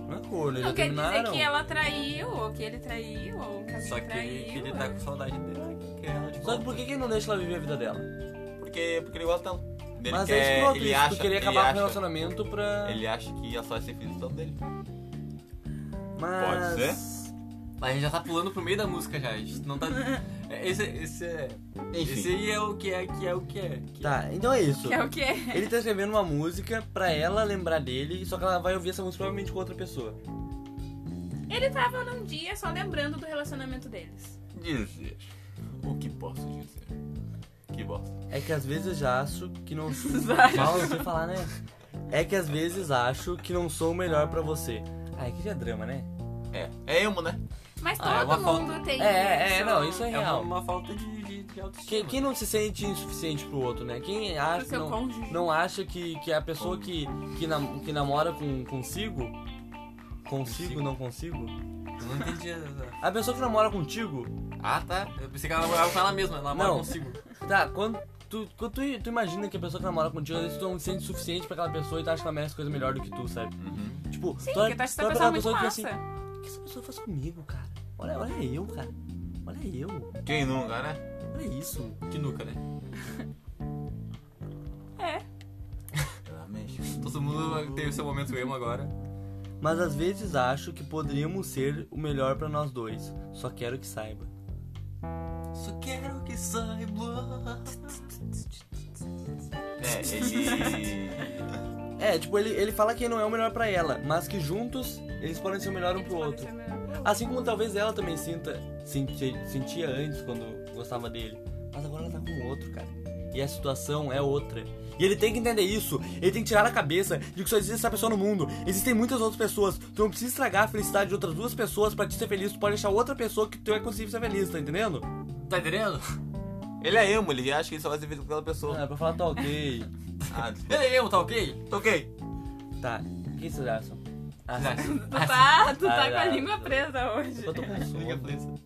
Speaker 3: Não é corno, eles
Speaker 4: Não quer dizer
Speaker 3: terminaram.
Speaker 4: que é ela traiu, ou que ele traiu, ou que a
Speaker 5: Só
Speaker 4: gente
Speaker 5: que
Speaker 4: traiu.
Speaker 5: ele, que ele tá com saudade dela, que quer ela de
Speaker 3: Só
Speaker 5: volta.
Speaker 3: que por que que ele não deixa ela viver a vida dela?
Speaker 2: Porque, porque ele gosta dela. Ele
Speaker 3: Mas
Speaker 2: quer,
Speaker 3: é escroto
Speaker 2: ele
Speaker 3: isso,
Speaker 2: acha,
Speaker 3: tu queria
Speaker 2: ele
Speaker 3: acabar com o
Speaker 2: acha-
Speaker 3: relacionamento pra.
Speaker 2: Ele acha que é só esse filho dele.
Speaker 3: Mas.
Speaker 2: Pode
Speaker 5: A gente já tá pulando pro meio da música já, a gente não tá... É, Esse, esse é... Esse aí é o que é, que é o que é. Que
Speaker 3: Tá, então é isso.
Speaker 4: Que é o quê?
Speaker 3: Ele tá escrevendo uma música pra ela lembrar dele, só que ela vai ouvir essa música provavelmente com outra pessoa.
Speaker 4: Ele tava num dia só lembrando do relacionamento deles.
Speaker 2: Dizer. O que posso dizer? Que bosta.
Speaker 3: É que às vezes já acho que não
Speaker 4: Exato.
Speaker 3: Mal, não sei falar, né? É que às vezes acho que não sou o melhor pra você. Ai, que já é drama, né?
Speaker 2: É. É emo, né?
Speaker 4: Mas todo
Speaker 5: Ah, é uma
Speaker 4: mundo tem
Speaker 3: É, é, é, não, isso é
Speaker 5: é uma,
Speaker 3: real.
Speaker 5: uma falta de, de, de autoestima.
Speaker 3: Quem, quem não se sente insuficiente pro outro, né? Quem
Speaker 4: pro
Speaker 3: acha,
Speaker 4: seu
Speaker 3: não,
Speaker 4: cônjuge.
Speaker 3: não acha que, que a pessoa que, que, nam- que namora com, consigo. Consigo,
Speaker 5: Consigo.
Speaker 3: não consigo?
Speaker 5: Eu não entendi essa...
Speaker 3: A pessoa que namora contigo.
Speaker 5: Ah, tá. Eu pensei que ela namorava com ela mesma, ela namora
Speaker 3: Não.
Speaker 5: consigo.
Speaker 3: Tá, quando. Tu, quando tu, tu imagina que a pessoa que namora contigo, às vezes tu não se sente suficiente pra aquela pessoa e tu acha que ela merece coisa melhor do que tu, sabe? Tipo,
Speaker 4: Sim,
Speaker 3: tu, olha-
Speaker 4: porque tá
Speaker 3: tu olha pra
Speaker 4: achando
Speaker 3: aquela
Speaker 4: essa pessoa muito massa.
Speaker 3: e fica assim, O que essa pessoa faz comigo, cara? Olha, olha eu, cara. Olha eu.
Speaker 2: Quem nunca, né?
Speaker 3: Olha isso.
Speaker 5: Que nunca, né?
Speaker 4: É.
Speaker 2: Realmente.
Speaker 5: Todo mundo teve seu momento emo agora.
Speaker 3: Mas às vezes acho que poderíamos ser o melhor pra nós dois. Só quero que saiba.
Speaker 1: Só quero que saiba.
Speaker 2: É, ele.
Speaker 3: É, tipo, ele, ele fala que não é o melhor pra ela, mas que juntos eles podem ser o melhor um pro outro. Assim como talvez ela também sinta, senti- sentia antes quando gostava dele. Mas agora ela tá com outro, cara. E a situação é outra. E ele tem que entender isso. Ele tem que tirar da cabeça de que só existe essa pessoa no mundo. Existem muitas outras pessoas. Tu não precisa estragar a felicidade de outras duas pessoas pra te ser feliz. Tu pode achar outra pessoa que tu é conseguir ser feliz, tá entendendo?
Speaker 1: Tá entendendo?
Speaker 2: Ele é emo, ele acha que ele só vai ser feito com aquela pessoa.
Speaker 3: Ah, é pra falar tá ok.
Speaker 2: Ah, desculpa.
Speaker 1: Ele é eu, tá ok?
Speaker 2: ok.
Speaker 3: Tá. O que vocês acham? Ah,
Speaker 4: Tu tá, tu tá
Speaker 3: Ah,
Speaker 4: com a
Speaker 3: ah,
Speaker 4: língua
Speaker 3: ah.
Speaker 4: presa hoje.
Speaker 3: eu tô com sono.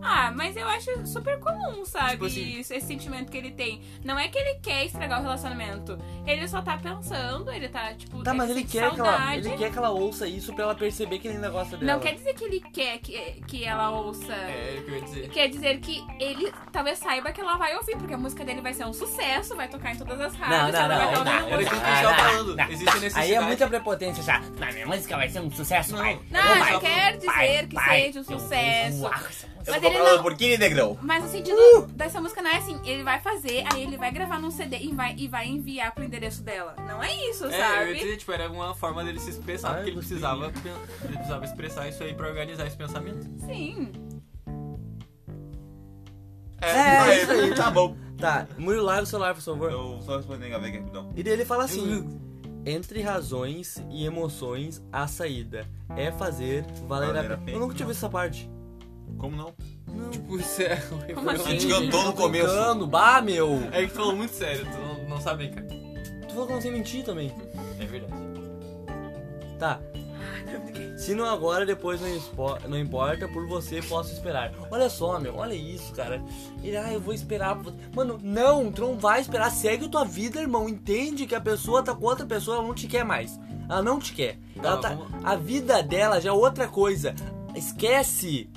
Speaker 4: Ah, mas eu acho super comum, sabe?
Speaker 1: Tipo assim-
Speaker 4: Isso, esse sentimento que ele tem. Não é que ele quer estragar o relacionamento. Ele só tá pensando, ele tá, tipo,
Speaker 3: Tá, mas ele
Speaker 4: sente
Speaker 3: quer, que ela,
Speaker 4: saudade.
Speaker 3: ele quer que ela ouça isso pra ela perceber que ele ainda gosta dela.
Speaker 4: Não quer dizer que ele quer que, que ela ouça.
Speaker 1: É, o que eu ia dizer.
Speaker 4: Quer dizer que ele talvez saiba que ela vai ouvir, porque a música dele vai ser um sucesso, vai tocar em todas as rádios,
Speaker 3: não,
Speaker 4: ela vai
Speaker 3: não,
Speaker 4: estar ouvindo
Speaker 1: Era
Speaker 4: música.
Speaker 1: aquilo que a gente tava falando. Existe a necessidade.
Speaker 7: Aí é muita prepotência já. Na minha música vai ser um sucesso,
Speaker 1: Não.
Speaker 7: pai.
Speaker 4: Não,
Speaker 7: Ô,
Speaker 4: não
Speaker 7: pai,
Speaker 4: quer dizer que seja um
Speaker 7: eu vou
Speaker 4: sucesso.
Speaker 7: voar com essa música.
Speaker 2: Eu
Speaker 4: Mas
Speaker 2: tô
Speaker 4: ele
Speaker 2: comprando
Speaker 4: não-
Speaker 2: um porquinho, negrão.
Speaker 4: Mas o sentido dessa música não é assim, ele vai fazer, aí ele vai gravar num CD e vai, e vai enviar pro endereço dela. Não é isso,
Speaker 1: É, eu ia
Speaker 4: sabe?
Speaker 1: dizer, tipo, era uma forma dele se expressar,
Speaker 3: Ai,
Speaker 1: porque ele
Speaker 3: gostei.
Speaker 1: precisava, pen- ele precisava expressar isso aí pra organizar esse pensamento.
Speaker 4: Sim.
Speaker 2: É,
Speaker 3: É,
Speaker 2: isso aí, tá bom.
Speaker 3: Tá, Murilo, larga o celular, por favor.
Speaker 2: Eu só respondendo a ver rapidão.
Speaker 3: E daí ele fala assim:
Speaker 7: Uhum.
Speaker 3: entre razões e emoções, a saída é fazer valer, a pena. Eu nunca tinha visto essa parte.
Speaker 2: Como não?
Speaker 1: Tipo, isso é.
Speaker 4: Como
Speaker 2: A gente
Speaker 4: assim?
Speaker 2: cantou no começo.
Speaker 3: Brincando, bah, meu!
Speaker 1: É que tu falou muito sério, tu não, não sabe, cara.
Speaker 3: É, Tu falou que eu não sei mentir também.
Speaker 1: É verdade.
Speaker 3: Tá. Se não agora, depois não, espo- não importa, por você posso esperar. Olha só, meu, olha isso, cara. Ele, ah, eu vou esperar por você. Mano, não, tu não vai esperar. Segue a tua vida, irmão. Entende que a pessoa tá com outra pessoa, ela não te quer mais. Ela não te quer.
Speaker 1: Tá,
Speaker 3: Ela tá-
Speaker 1: vamos-
Speaker 3: A vida dela já é outra coisa. Esquece.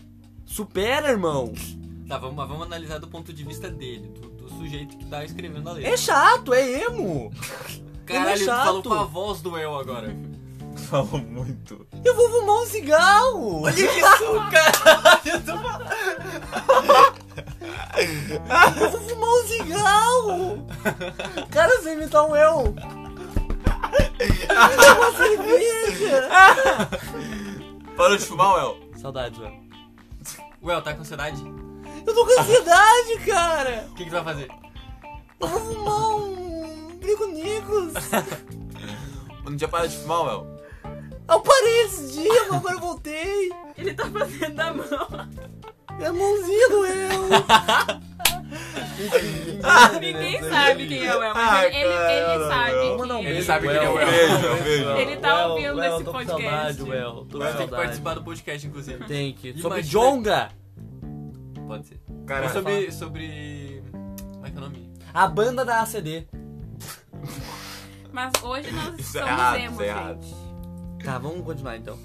Speaker 3: Supera, irmão.
Speaker 1: Tá, vamos, mas vamos analisar do ponto de vista dele, do, do sujeito que tá escrevendo a letra.
Speaker 3: É chato, é emo.
Speaker 1: Caralho,
Speaker 3: ele é
Speaker 1: tu falou
Speaker 3: chato.
Speaker 1: com a voz do eu agora.
Speaker 2: Falou muito.
Speaker 3: Eu vou fumar um cigarro. Olha isso, caralho. Eu vou fumar um cigarro. Cara, você imitar um eu. Eu vou uma cerveja.
Speaker 2: Parou de fumar, Well?
Speaker 3: Saudades, né? velho.
Speaker 1: Ué, tá com ansiedade?
Speaker 3: Eu tô com ansiedade, cara.
Speaker 1: O que, que tu vai fazer?
Speaker 3: Eu vou fumar um brico Nicos.
Speaker 2: Não tinha parado Um de fumar, Well?
Speaker 3: Eu parei esses dias, mas agora eu voltei.
Speaker 4: Ele tá fazendo a mão.
Speaker 3: É a mãozinha do eu.
Speaker 4: Ninguém sabe quem é o El, mas
Speaker 2: Ai,
Speaker 4: ele, ele,
Speaker 2: cara,
Speaker 4: ele sabe.
Speaker 2: meu.
Speaker 4: que-
Speaker 3: Manda um
Speaker 4: ele
Speaker 3: beijo,
Speaker 1: sabe que ele é o
Speaker 3: Well.
Speaker 1: El.
Speaker 2: Beijo, beijo.
Speaker 4: Ele tá
Speaker 3: Well,
Speaker 4: ouvindo
Speaker 3: Well,
Speaker 4: esse
Speaker 3: tô com
Speaker 4: podcast.
Speaker 3: saudade, Well. Tô com
Speaker 2: Well,
Speaker 1: Tem que
Speaker 3: saudade.
Speaker 1: participar do podcast, inclusive.
Speaker 3: Tem que.
Speaker 1: Imagina-
Speaker 3: Sobre Jonga,
Speaker 1: Pode ser.
Speaker 2: Cara,
Speaker 1: Mas sobre. sobre. Como é que é o nome?
Speaker 3: a banda da ACD.
Speaker 4: Mas hoje nós
Speaker 2: Isso é
Speaker 4: somos
Speaker 2: errado,
Speaker 4: emo,
Speaker 2: isso é errado.
Speaker 4: gente.
Speaker 3: Tá, vamos continuar então.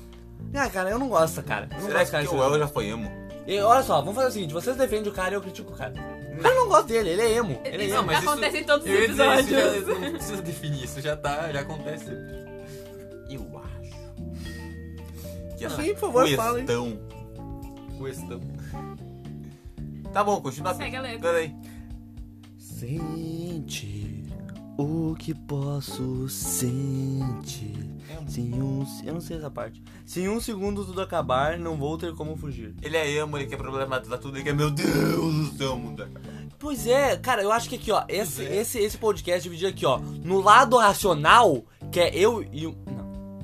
Speaker 3: Ah, cara, eu não gosto dessa cara. Eu não
Speaker 2: será
Speaker 3: gosto
Speaker 2: que
Speaker 3: cara
Speaker 2: o
Speaker 1: é-
Speaker 2: El já foi emo?
Speaker 3: E olha só, vamos fazer o seguinte: vocês defendem o cara e eu critico o cara. O cara não gosta dele, ele é emo. Ele é
Speaker 4: Isso
Speaker 3: emo.
Speaker 1: mas isso-
Speaker 4: acontece em todos os
Speaker 1: Eu ia dizer,
Speaker 4: episódios.
Speaker 1: isso é já, não precisa definir, isso já tá, já acontece.
Speaker 2: Eu acho. Que essa
Speaker 3: Sim, por favor, fala, hein.
Speaker 2: questão.
Speaker 1: Questão.
Speaker 2: Tá bom, continua
Speaker 4: Segue a letra.
Speaker 2: pintando aí.
Speaker 3: Sente o que posso sentir. Sem um. Eu não sei essa parte. Se em um segundo tudo acabar, não vou ter como fugir.
Speaker 2: Ele é emo, ele quer problematizar tudo, ele quer, meu Deus do céu, muda.
Speaker 3: Pois é, cara, eu acho que aqui, ó, esse, esse, esse podcast dividido aqui, ó, no lado racional, que é eu e o. Não.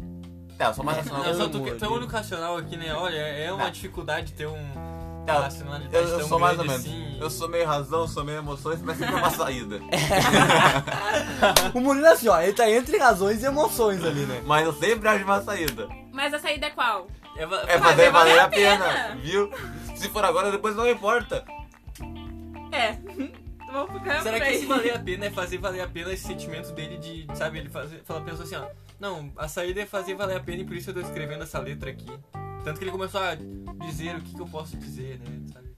Speaker 2: Tá, só mais racional.
Speaker 1: Não,
Speaker 3: Pelo
Speaker 1: só tu,
Speaker 3: amor
Speaker 1: tu é
Speaker 3: de
Speaker 1: o único racional aqui, né? Olha, é uma dificuldade ter um.
Speaker 2: Tá,
Speaker 1: uma racionalidade
Speaker 2: Eu, eu
Speaker 1: tão
Speaker 2: sou mais ou
Speaker 1: grande
Speaker 2: menos.
Speaker 1: assim.
Speaker 2: Eu sou meio razão, sou meio emoções, mas sempre é uma saída.
Speaker 3: O Murilo é assim, ó, ele tá entre razões e emoções ali, né?
Speaker 2: Mas eu sempre acho uma saída.
Speaker 4: Mas a saída é qual?
Speaker 1: É, va-
Speaker 2: É
Speaker 4: Fazer
Speaker 2: fazer valer
Speaker 4: valer
Speaker 2: a
Speaker 4: a
Speaker 2: pena,
Speaker 4: pena.
Speaker 2: viu? Se for agora, depois não importa.
Speaker 4: É. Vamos ficar
Speaker 1: Será
Speaker 4: por
Speaker 1: que
Speaker 4: aí.
Speaker 1: esse valer a pena é fazer valer a pena esse sentimento dele de, sabe, ele fazer, falar, pensou assim, ó, não, a saída é fazer valer a pena e por isso eu tô escrevendo essa letra aqui. Tanto que ele começou a dizer o que, que eu posso dizer, né, sabe?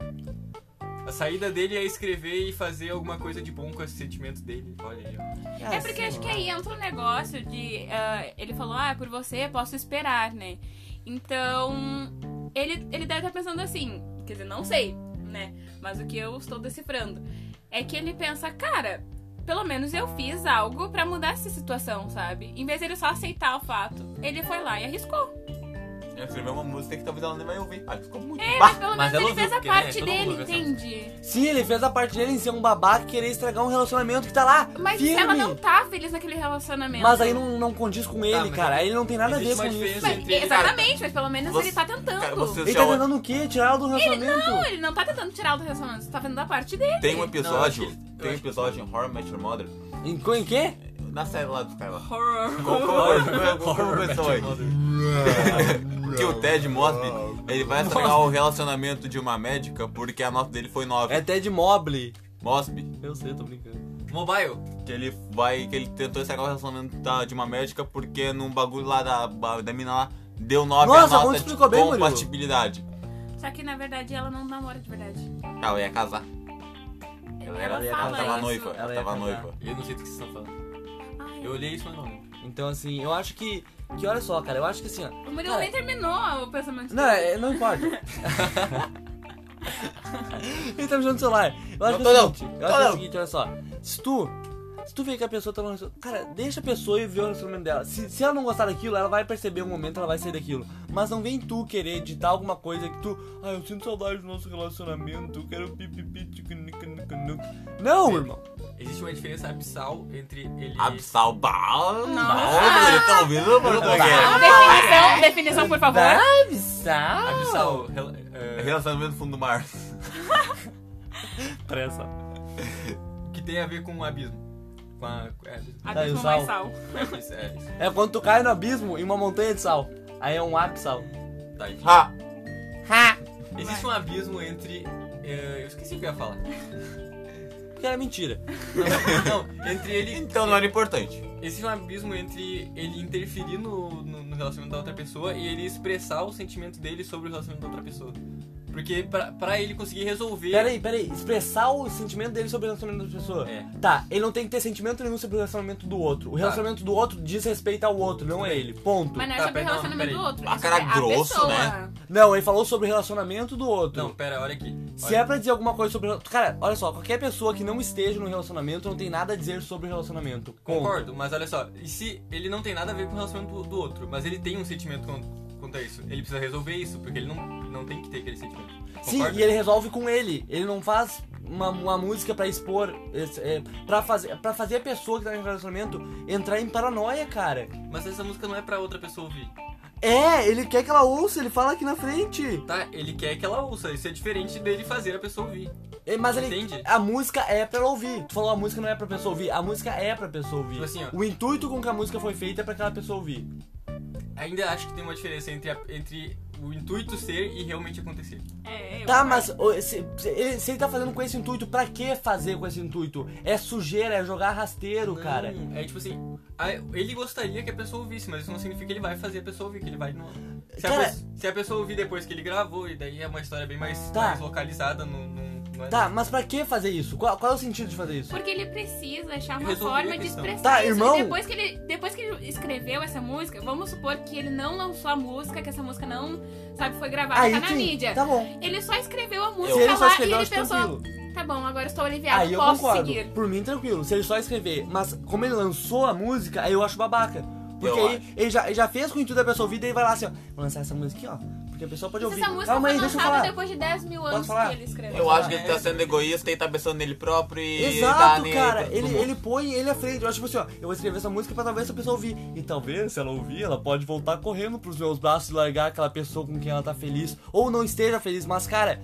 Speaker 1: A saída dele é escrever e fazer alguma coisa de bom com esse sentimento dele. Olha aí, ó.
Speaker 3: Tá
Speaker 4: É porque acho que aí entra um negócio de. ah, ele falou, ah, por você posso esperar, né? Então. Ele, ele deve estar pensando assim. Quer dizer, não sei, né? Mas o que eu estou decifrando é que ele pensa, cara, pelo menos eu fiz algo pra mudar essa situação, sabe? Em vez de ele só aceitar o fato, ele foi lá e arriscou.
Speaker 2: Eu escrevi É, uma música que talvez ela nem vai ouvir. Acho que ficou muito.
Speaker 4: É,
Speaker 2: Bah!
Speaker 4: mas pelo
Speaker 1: mas
Speaker 4: menos ele
Speaker 1: ela ouviu,
Speaker 4: fez a
Speaker 1: porque, né,
Speaker 4: parte
Speaker 1: todo mundo
Speaker 4: dele,
Speaker 1: ouviu essa
Speaker 4: entende?
Speaker 3: Sim, ele fez a parte dele em ser um babaca e querer estragar um relacionamento que tá lá.
Speaker 4: Mas
Speaker 3: firme.
Speaker 4: ela não tá feliz naquele relacionamento.
Speaker 3: Mas aí não, não condiz com ele,
Speaker 1: mas
Speaker 3: cara. Ele não tem nada a ver
Speaker 1: Existe
Speaker 3: com
Speaker 1: uma
Speaker 3: Tá, isso. é
Speaker 1: diferença
Speaker 4: Mas-
Speaker 1: entre ele
Speaker 2: cara.
Speaker 4: exatamente, mas pelo menos
Speaker 2: Você-
Speaker 4: ele tá tentando.
Speaker 2: Cara, você
Speaker 3: Ele
Speaker 2: se
Speaker 3: tá
Speaker 2: é
Speaker 3: tentando o quê? Tirar ela do relacionamento?
Speaker 4: Não, ele não tá tentando tirar ela do relacionamento, você tá vendo da parte dele.
Speaker 2: Tem um
Speaker 1: Não, eu acho
Speaker 2: episódio.
Speaker 1: que ele- eu
Speaker 2: Tem um
Speaker 1: acho que-
Speaker 2: episódio em Horror Match Your Mother.
Speaker 3: Em, co- em quê?
Speaker 2: Na série lá dos caras lá.
Speaker 4: Horror.
Speaker 2: Como como- como começou aí? Que o Ted Mosby, ele vai estragar o relacionamento de uma médica porque a nota dele foi 9.
Speaker 3: É Ted Mobley.
Speaker 2: Mosby,
Speaker 3: Eu sei, tô brincando.
Speaker 1: Mobile.
Speaker 2: que ele vai, que ele tentou estragar o relacionamento da- de uma médica porque num bagulho lá da, ba- da mina lá, deu 9
Speaker 3: Nossa,
Speaker 2: a
Speaker 3: como
Speaker 2: nota de
Speaker 3: explicou bem, Murilo.
Speaker 2: compatibilidade.
Speaker 4: Só que na verdade ela não namora de verdade.
Speaker 2: Ela ia casar,
Speaker 4: Ela,
Speaker 3: ela- ela
Speaker 4: fala
Speaker 2: ela tava
Speaker 4: isso.
Speaker 2: noiva, ela,
Speaker 3: Ela ia
Speaker 2: tava
Speaker 3: casar.
Speaker 2: noiva.
Speaker 1: Eu não sei do que vocês estão falando.
Speaker 4: Ai,
Speaker 1: Eu olhei isso, mas não lembro.
Speaker 3: Então, assim, eu acho que. Que olha só, cara, eu acho que assim, ó.
Speaker 4: O Murilo
Speaker 3: cara,
Speaker 4: nem
Speaker 2: é-
Speaker 4: terminou o pensamento
Speaker 3: Não,
Speaker 4: dele.
Speaker 3: é, não importa. Ele tá me jogando o celular. Eu acho
Speaker 2: Não
Speaker 3: que é
Speaker 2: tô
Speaker 3: o
Speaker 2: não,
Speaker 3: seguinte, eu acho que é
Speaker 2: tô
Speaker 3: o
Speaker 2: não.
Speaker 3: seguinte, olha só. Se tu. Se tu vê que a pessoa tá no relacionamento. Cara, deixa a pessoa e vê o relacionamento dela. Se, se ela não gostar daquilo, ela vai perceber um momento, ela vai sair daquilo. Mas não vem tu querer editar alguma coisa que tu. Ah, eu sinto saudade do nosso relacionamento, eu quero pipipi. ticunicunicunuc." Não, irmão.
Speaker 1: Existe uma diferença abissal entre ele.
Speaker 2: Absal, bal,
Speaker 4: Nossa.
Speaker 2: tá ouvindo o português?
Speaker 4: Definição, definição, por favor.
Speaker 3: Né? Bizarro.
Speaker 1: Abissal. rela- eh,
Speaker 2: Relacionamento fundo do mar.
Speaker 3: Pressa.
Speaker 1: que tem a ver com o abismo. Com a. É, abismo.
Speaker 4: Abismo
Speaker 3: Tá,
Speaker 4: mais
Speaker 3: eu
Speaker 4: sal.
Speaker 1: É isso, é isso.
Speaker 3: É quando tu cai no abismo em uma montanha de sal. Aí é um absal.
Speaker 1: Tá, enfim.
Speaker 2: Ha! Tá
Speaker 1: Existe um abismo entre. eh, eu esqueci o que eu ia falar.
Speaker 3: Porque era mentira.
Speaker 1: Não, não, entre ele.
Speaker 2: Então não era importante.
Speaker 1: Existe um abismo entre ele interferir no, no, no relacionamento da outra pessoa e ele expressar o sentimento dele sobre o relacionamento da outra pessoa. Porque pra, pra ele conseguir resolver.
Speaker 3: Peraí, peraí. Expressar o sentimento dele sobre o relacionamento da pessoa.
Speaker 1: É.
Speaker 3: Tá, ele não tem que ter sentimento nenhum sobre o relacionamento do outro. O relacionamento do outro diz respeito ao outro, não é ele. Ponto.
Speaker 4: Mas não é
Speaker 1: Tá,
Speaker 4: sobre o
Speaker 1: pera- não,
Speaker 4: relacionamento do
Speaker 1: peraí.
Speaker 4: outro.
Speaker 2: Ah,
Speaker 4: isso
Speaker 2: cara
Speaker 4: é a
Speaker 2: grosso,
Speaker 4: pessoa.
Speaker 2: né?
Speaker 3: Não, ele falou sobre o relacionamento do outro.
Speaker 1: Não, pera, olha aqui.
Speaker 3: Se é pra dizer alguma coisa sobre. Cara, olha só, qualquer pessoa que não esteja no relacionamento não tem nada a dizer sobre o relacionamento. Ponto.
Speaker 1: Concordo, mas olha só, e se ele não tem nada a ver com o relacionamento do, do outro, mas ele tem um sentimento con- quanto a isso, ele precisa resolver isso, porque ele não, não tem que ter aquele sentimento.
Speaker 3: Sim,
Speaker 1: Concorda?
Speaker 3: e ele resolve com ele. Ele não faz uma, uma música pra expor, esse, é, pra fazer para fazer a pessoa que tá em relacionamento entrar em paranoia, cara.
Speaker 1: Mas essa música não é pra outra pessoa ouvir.
Speaker 3: É, ele quer que ela ouça, ele fala aqui na frente.
Speaker 1: Tá, ele quer que ela ouça, isso é diferente dele fazer a pessoa ouvir.
Speaker 3: É, Mas ele,
Speaker 1: Entende?
Speaker 3: a música é pra ela ouvir. Tu falou a música não é pra pessoa ouvir, a música é pra pessoa ouvir.
Speaker 1: Tipo assim, ó.
Speaker 3: o intuito com que a música foi feita é pra aquela pessoa ouvir.
Speaker 1: Ainda acho que tem uma diferença entre, a- entre o intuito ser e realmente acontecer.
Speaker 4: É, eu
Speaker 3: Tá,
Speaker 4: concordo.
Speaker 3: mas ô, se, se ele, se ele tá fazendo com esse intuito, pra que fazer com esse intuito? É sujeira, é jogar rasteiro, cara.
Speaker 1: Não, É tipo assim, a- ele gostaria que a pessoa ouvisse, mas isso não significa que ele vai fazer a pessoa ouvir, que ele vai no. Se,
Speaker 3: Cara-
Speaker 1: a, pe- se a pessoa ouvir depois que ele gravou, e daí é uma história bem mais,
Speaker 3: Tá.
Speaker 1: mais localizada no. no, é no
Speaker 3: Tá, mas pra que fazer isso? Qual, qual é o sentido de fazer isso?
Speaker 4: Porque ele precisa achar uma
Speaker 1: Resolver
Speaker 4: forma
Speaker 1: a
Speaker 4: de
Speaker 1: questão.
Speaker 4: expressar
Speaker 3: Tá,
Speaker 4: isso. E
Speaker 3: irmão.
Speaker 4: depois que, ele, depois que ele escreveu essa música, vamos supor que ele não lançou a música, que essa música não, sabe, foi gravada, tá na
Speaker 3: sim,
Speaker 4: mídia.
Speaker 3: Tá bom.
Speaker 4: Ele só escreveu a música
Speaker 3: Se ele só
Speaker 4: lá e
Speaker 3: escrever, eu
Speaker 4: ele
Speaker 3: acho
Speaker 4: pensou,
Speaker 3: tranquilo.
Speaker 4: tá bom, agora estou aliviado,
Speaker 3: Aí Ah, eu
Speaker 4: posso
Speaker 3: concordo.
Speaker 4: seguir.
Speaker 3: Por mim, tranquilo. Se ele só escrever. Mas como ele lançou a música, aí eu acho babaca. Porque
Speaker 2: Eu
Speaker 3: aí ele já, ele já fez com o intuito da pessoa ouvir, daí vai lá assim, ó. Vou lançar essa música aqui, ó. Porque a pessoa pode
Speaker 4: Se
Speaker 3: ouvir.
Speaker 4: essa música
Speaker 3: Calma aí,
Speaker 4: foi
Speaker 3: deixa eu
Speaker 4: lançada
Speaker 3: falar.
Speaker 4: depois de 10 mil anos
Speaker 3: falar?
Speaker 4: que ele escreveu.
Speaker 2: Eu acho que ele tá sendo egoísta e tá pensando nele próprio e. tá
Speaker 3: Exato,
Speaker 2: nem aí
Speaker 3: cara.
Speaker 2: pra todo
Speaker 3: Ele,
Speaker 2: mundo.
Speaker 3: ele põe ele à frente. Eu acho tipo assim, ó. Eu vou escrever essa música pra talvez essa pessoa ouvir. E talvez, se ela ouvir, ela pode voltar correndo pros meus braços e largar aquela pessoa com quem ela tá feliz. Ou não esteja feliz, mas, cara.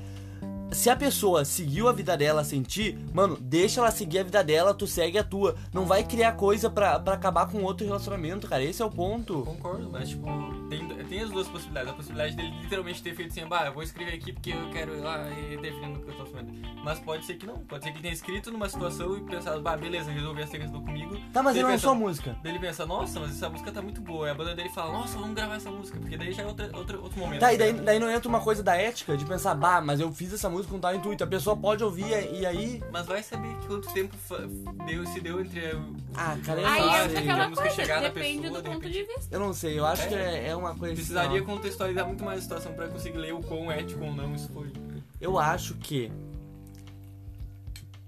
Speaker 3: Se a pessoa seguiu a vida dela sem ti, mano, deixa ela seguir a vida dela, tu segue a tua. Não vai criar coisa pra, pra acabar com outro relacionamento, cara. Esse é o ponto.
Speaker 1: Concordo, mas tipo, tem, tem as duas possibilidades. A possibilidade dele literalmente ter feito assim, bah, eu vou escrever aqui porque eu quero ir lá e definindo o que eu tô fazendo. Mas pode ser que não, pode ser que ele tenha escrito numa situação e pensado, bah, beleza, resolvi essa questão comigo.
Speaker 3: Tá, mas
Speaker 1: Daí
Speaker 3: ele
Speaker 1: pensa-
Speaker 3: lançou a música.
Speaker 1: Daí ele pensa, nossa, mas essa música tá muito boa. E a banda dele fala, nossa, vamos gravar essa música, porque daí já é outra, outra, outro momento.
Speaker 3: Tá, e daí, daí não entra uma coisa da ética de pensar, bah, mas eu fiz essa música não tá no intuito. A pessoa pode ouvir e aí.
Speaker 1: Mas vai saber que quanto tempo fa- deu, se deu entre o-
Speaker 3: Ah, cara, eu
Speaker 4: Aí
Speaker 3: não
Speaker 1: Ah,
Speaker 4: é
Speaker 3: sei.
Speaker 1: que
Speaker 4: aquela
Speaker 1: a música
Speaker 4: coisa,
Speaker 1: chegar na
Speaker 4: depende
Speaker 1: pessoa,
Speaker 4: do ponto de
Speaker 1: depende-
Speaker 4: vista.
Speaker 3: Eu não sei, eu acho que é, é uma coisa.
Speaker 1: Precisaria
Speaker 3: não.
Speaker 1: contextualizar muito mais a situação pra conseguir ler o quão ético ou não isso foi.
Speaker 3: Eu acho que.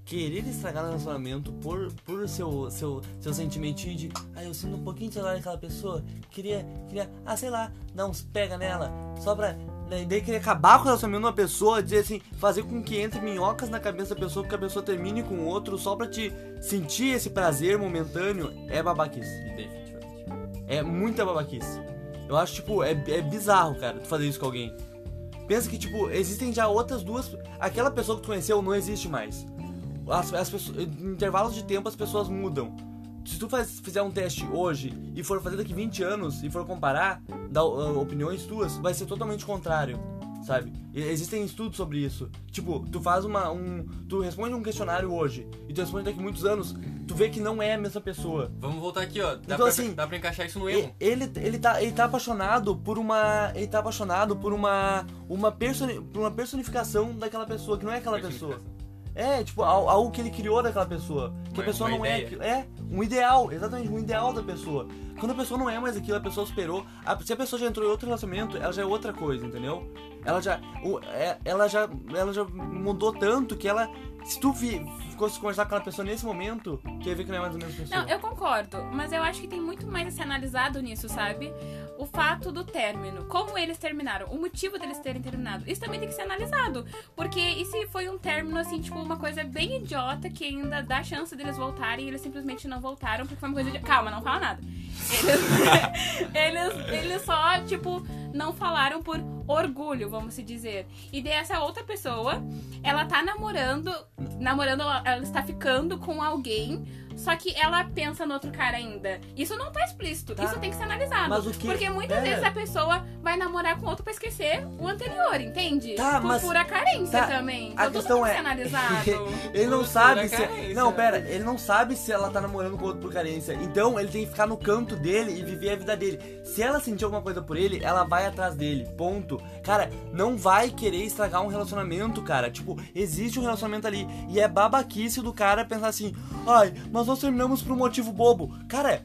Speaker 3: Querer estragar o relacionamento por, por seu, seu, seu sentimentinho de. Ah, eu sinto um pouquinho de saudade daquela pessoa. Queria, queria, ah, sei lá, dar uns pega nela. Só pra. né, Daí querer acabar com o relacionamento de uma pessoa, dizer assim, fazer com que entre minhocas na cabeça da pessoa, que a pessoa termine com outro só pra te sentir esse prazer momentâneo, é babaquice.
Speaker 5: Definitivamente.
Speaker 3: É muita babaquice. Eu acho, tipo, é, é bizarro, cara, tu fazer isso com alguém. Pensa que, tipo, existem já outras duas. Aquela pessoa que tu conheceu não existe mais. As, as pessoas, em intervalos de tempo as pessoas mudam. Se tu faz- fizer um teste hoje e for fazer daqui 20 anos e for comparar, dar uh, opiniões tuas, vai ser totalmente contrário, sabe? E existem estudos sobre isso. Tipo, tu faz uma. Um, tu responde um questionário hoje e tu responde daqui muitos anos, tu vê que não é a mesma pessoa.
Speaker 1: Vamos voltar aqui, ó. Dá,
Speaker 3: Então,
Speaker 1: pra,
Speaker 3: assim,
Speaker 1: dá pra encaixar isso no
Speaker 3: E-
Speaker 1: emo.
Speaker 3: Ele, ele, tá, ele tá apaixonado por uma. Ele tá apaixonado por uma. Uma, personi, por uma personificação daquela pessoa, que não é aquela pessoa. É, tipo, al- algo que ele criou daquela pessoa. Que
Speaker 1: Uma-
Speaker 3: a pessoa
Speaker 1: uma
Speaker 3: não é
Speaker 1: ideia.
Speaker 3: aquilo. É, um ideal, exatamente, um ideal da pessoa. Quando a pessoa não é mais aquilo, a pessoa superou. a- se a pessoa já entrou em outro relacionamento, ela já é outra coisa, entendeu? Ela já. o- é- ela já. Ela já mudou tanto que ela. Se tu vi, ficou se conversar com aquela pessoa nesse momento, tu ia ver que não é mais a mesma pessoa.
Speaker 4: Não, eu concordo, mas eu acho que tem muito mais a ser analisado nisso, sabe? O fato do término, como eles terminaram, o motivo deles terem terminado. Isso também tem que ser analisado, porque e se foi um término assim, tipo uma coisa bem idiota que ainda dá chance deles voltarem e eles simplesmente não voltaram porque foi uma coisa de calma, não fala nada. Eles, eles, eles só, tipo, não falaram por orgulho, vamos se dizer. E daí essa outra pessoa, ela tá namorando, namorando, ela, ela está ficando com alguém, só que ela pensa no outro cara ainda. Isso não tá explícito,
Speaker 3: Tá.
Speaker 4: isso tem que ser analisado.
Speaker 3: Mas o que-
Speaker 4: Porque muitas
Speaker 3: é.
Speaker 4: vezes a pessoa vai namorar com outro pra esquecer o anterior, entende?
Speaker 3: Tá,
Speaker 4: por
Speaker 3: mas-
Speaker 4: pura carência
Speaker 3: tá,
Speaker 4: também.
Speaker 3: a
Speaker 4: então tudo
Speaker 3: questão
Speaker 4: tem que
Speaker 3: é-
Speaker 4: ser analisado.
Speaker 3: Ele não
Speaker 1: Por-
Speaker 3: sabe
Speaker 1: por
Speaker 3: se. é-
Speaker 2: é
Speaker 1: carência.
Speaker 3: Não, pera, ele não sabe se ela tá namorando com outro por carência. Então ele tem que ficar no canto dele e viver a vida dele. Se ela sentir alguma coisa por ele, ela vai atrás dele. Ponto. Cara, não vai querer estragar um relacionamento, cara. Tipo, existe um relacionamento ali. E é babaquice do cara pensar assim: ai, mas nós terminamos por um motivo bobo. Cara,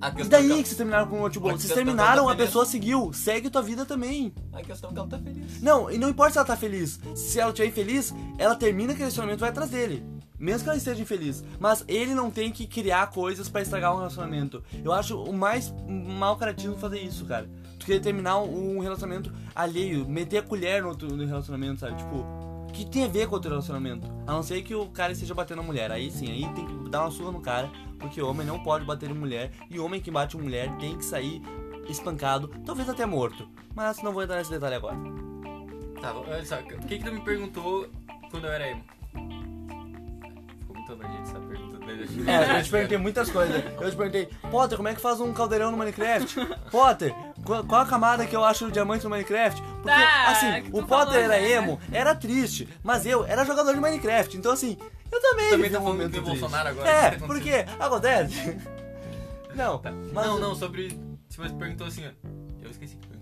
Speaker 2: A
Speaker 3: e
Speaker 2: questão,
Speaker 3: daí
Speaker 2: que ela-
Speaker 3: que vocês terminaram por um motivo bobo?
Speaker 2: tá Mas
Speaker 3: Vocês
Speaker 2: você tá-
Speaker 3: terminaram,
Speaker 2: tá
Speaker 3: a
Speaker 2: feliz.
Speaker 3: pessoa seguiu. Segue tua vida também.
Speaker 2: a questão que ela tá feliz.
Speaker 3: Não, e não importa se ela tá feliz. Se ela estiver infeliz, ela termina aquele relacionamento e vai atrás dele. Mesmo que ela esteja infeliz. Mas ele não tem que criar coisas pra estragar um relacionamento. Eu acho o mais mal caratismo fazer isso, cara. Tu querer terminar um relacionamento alheio, meter a colher no outro no relacionamento, sabe? Tipo, que tem a ver com outro relacionamento. A não ser que o cara esteja batendo a mulher. Aí sim, aí tem que dar uma surra no cara. Porque homem não pode bater em mulher. E homem que bate em mulher tem que sair espancado, talvez até morto. Mas não vou entrar nesse detalhe agora.
Speaker 1: Tá, olha só. O que que tu me perguntou quando eu era emo? Ficou muito abrangente essa pergunta. né? Acho que-
Speaker 3: É, eu te perguntei muitas coisas. Eu te perguntei, Potter, como é que faz um caldeirão no Minecraft? Potter, qual, qual a camada que eu acho o diamante no Minecraft? Porque,
Speaker 4: Tá,
Speaker 3: assim,
Speaker 4: que tu
Speaker 3: o Potter
Speaker 4: falou,
Speaker 3: era
Speaker 4: né?
Speaker 3: emo, era triste, mas eu era jogador de Minecraft. Então, assim, eu também. vivi
Speaker 1: Também tá
Speaker 3: um
Speaker 1: falando
Speaker 3: momento
Speaker 1: do
Speaker 3: triste.
Speaker 1: Bolsonaro agora,
Speaker 3: É,
Speaker 1: o que tá
Speaker 3: porque acontece. Não, mas
Speaker 1: Não, não, sobre. Se você perguntou assim, ó. Eu esqueci. que perguntou.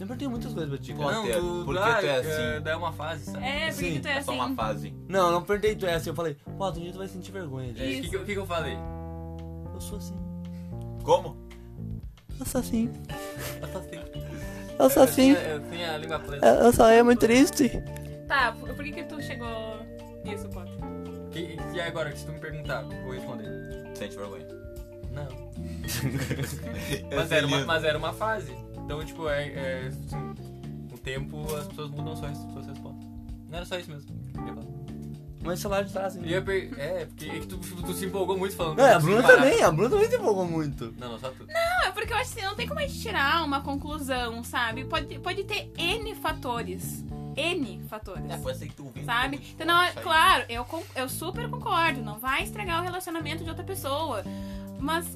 Speaker 3: eu perguntei muitas coisas pra ti. cara.
Speaker 1: Não,
Speaker 2: Potter,
Speaker 1: tu,
Speaker 2: por que
Speaker 1: ah,
Speaker 2: tu é assim?
Speaker 1: Daí é uma fase, sabe?
Speaker 4: É, por que
Speaker 3: Sim,
Speaker 4: que tu é
Speaker 2: É só
Speaker 4: assim?
Speaker 2: uma fase.
Speaker 3: Não, eu não perguntei tu essa. Eu falei, Potter, um dia tu vai sentir vergonha.
Speaker 1: É,
Speaker 3: disso.
Speaker 1: O que, que, eu- o que que eu falei?
Speaker 3: Eu sou assim.
Speaker 2: Como?
Speaker 3: Eu sou assim.
Speaker 1: Eu
Speaker 3: Eu sou assim.
Speaker 1: tinha- Eu tinha a língua presa.
Speaker 3: Eu eu sou emo e triste.
Speaker 4: Tá, por por que, que tu chegou nisso, Potter?
Speaker 1: E, e agora, se tu me perguntar, eu vou responder.
Speaker 2: Sente vergonha.
Speaker 1: Não.
Speaker 2: Eu
Speaker 1: Mas
Speaker 2: sei
Speaker 1: era, uma,
Speaker 2: lindo.
Speaker 1: mas era uma fase. Então, tipo, é, é assim, com o tempo as pessoas mudam só isso, suas respostas. Não era só isso mesmo. Eu ia falar.
Speaker 3: Mas o celular de trás,
Speaker 1: Eu ia per- É, porque é que tu, tu se empolgou muito falando.
Speaker 3: É, a
Speaker 1: Eu preciso
Speaker 3: Bruna
Speaker 1: parar.
Speaker 3: também, a Bruna também se empolgou muito.
Speaker 1: Não, não, só tu.
Speaker 4: Não, é porque eu acho assim, não tem como a gente tirar uma conclusão, sabe? Pode, pode ter N fatores. N fatores.
Speaker 2: É, pode ser que tu ouvindo.
Speaker 4: Sabe?
Speaker 2: tu-
Speaker 4: Então, não, é-
Speaker 2: isso aí.
Speaker 4: claro, eu, con- eu super concordo. Não vai estragar o relacionamento de outra pessoa. Mas,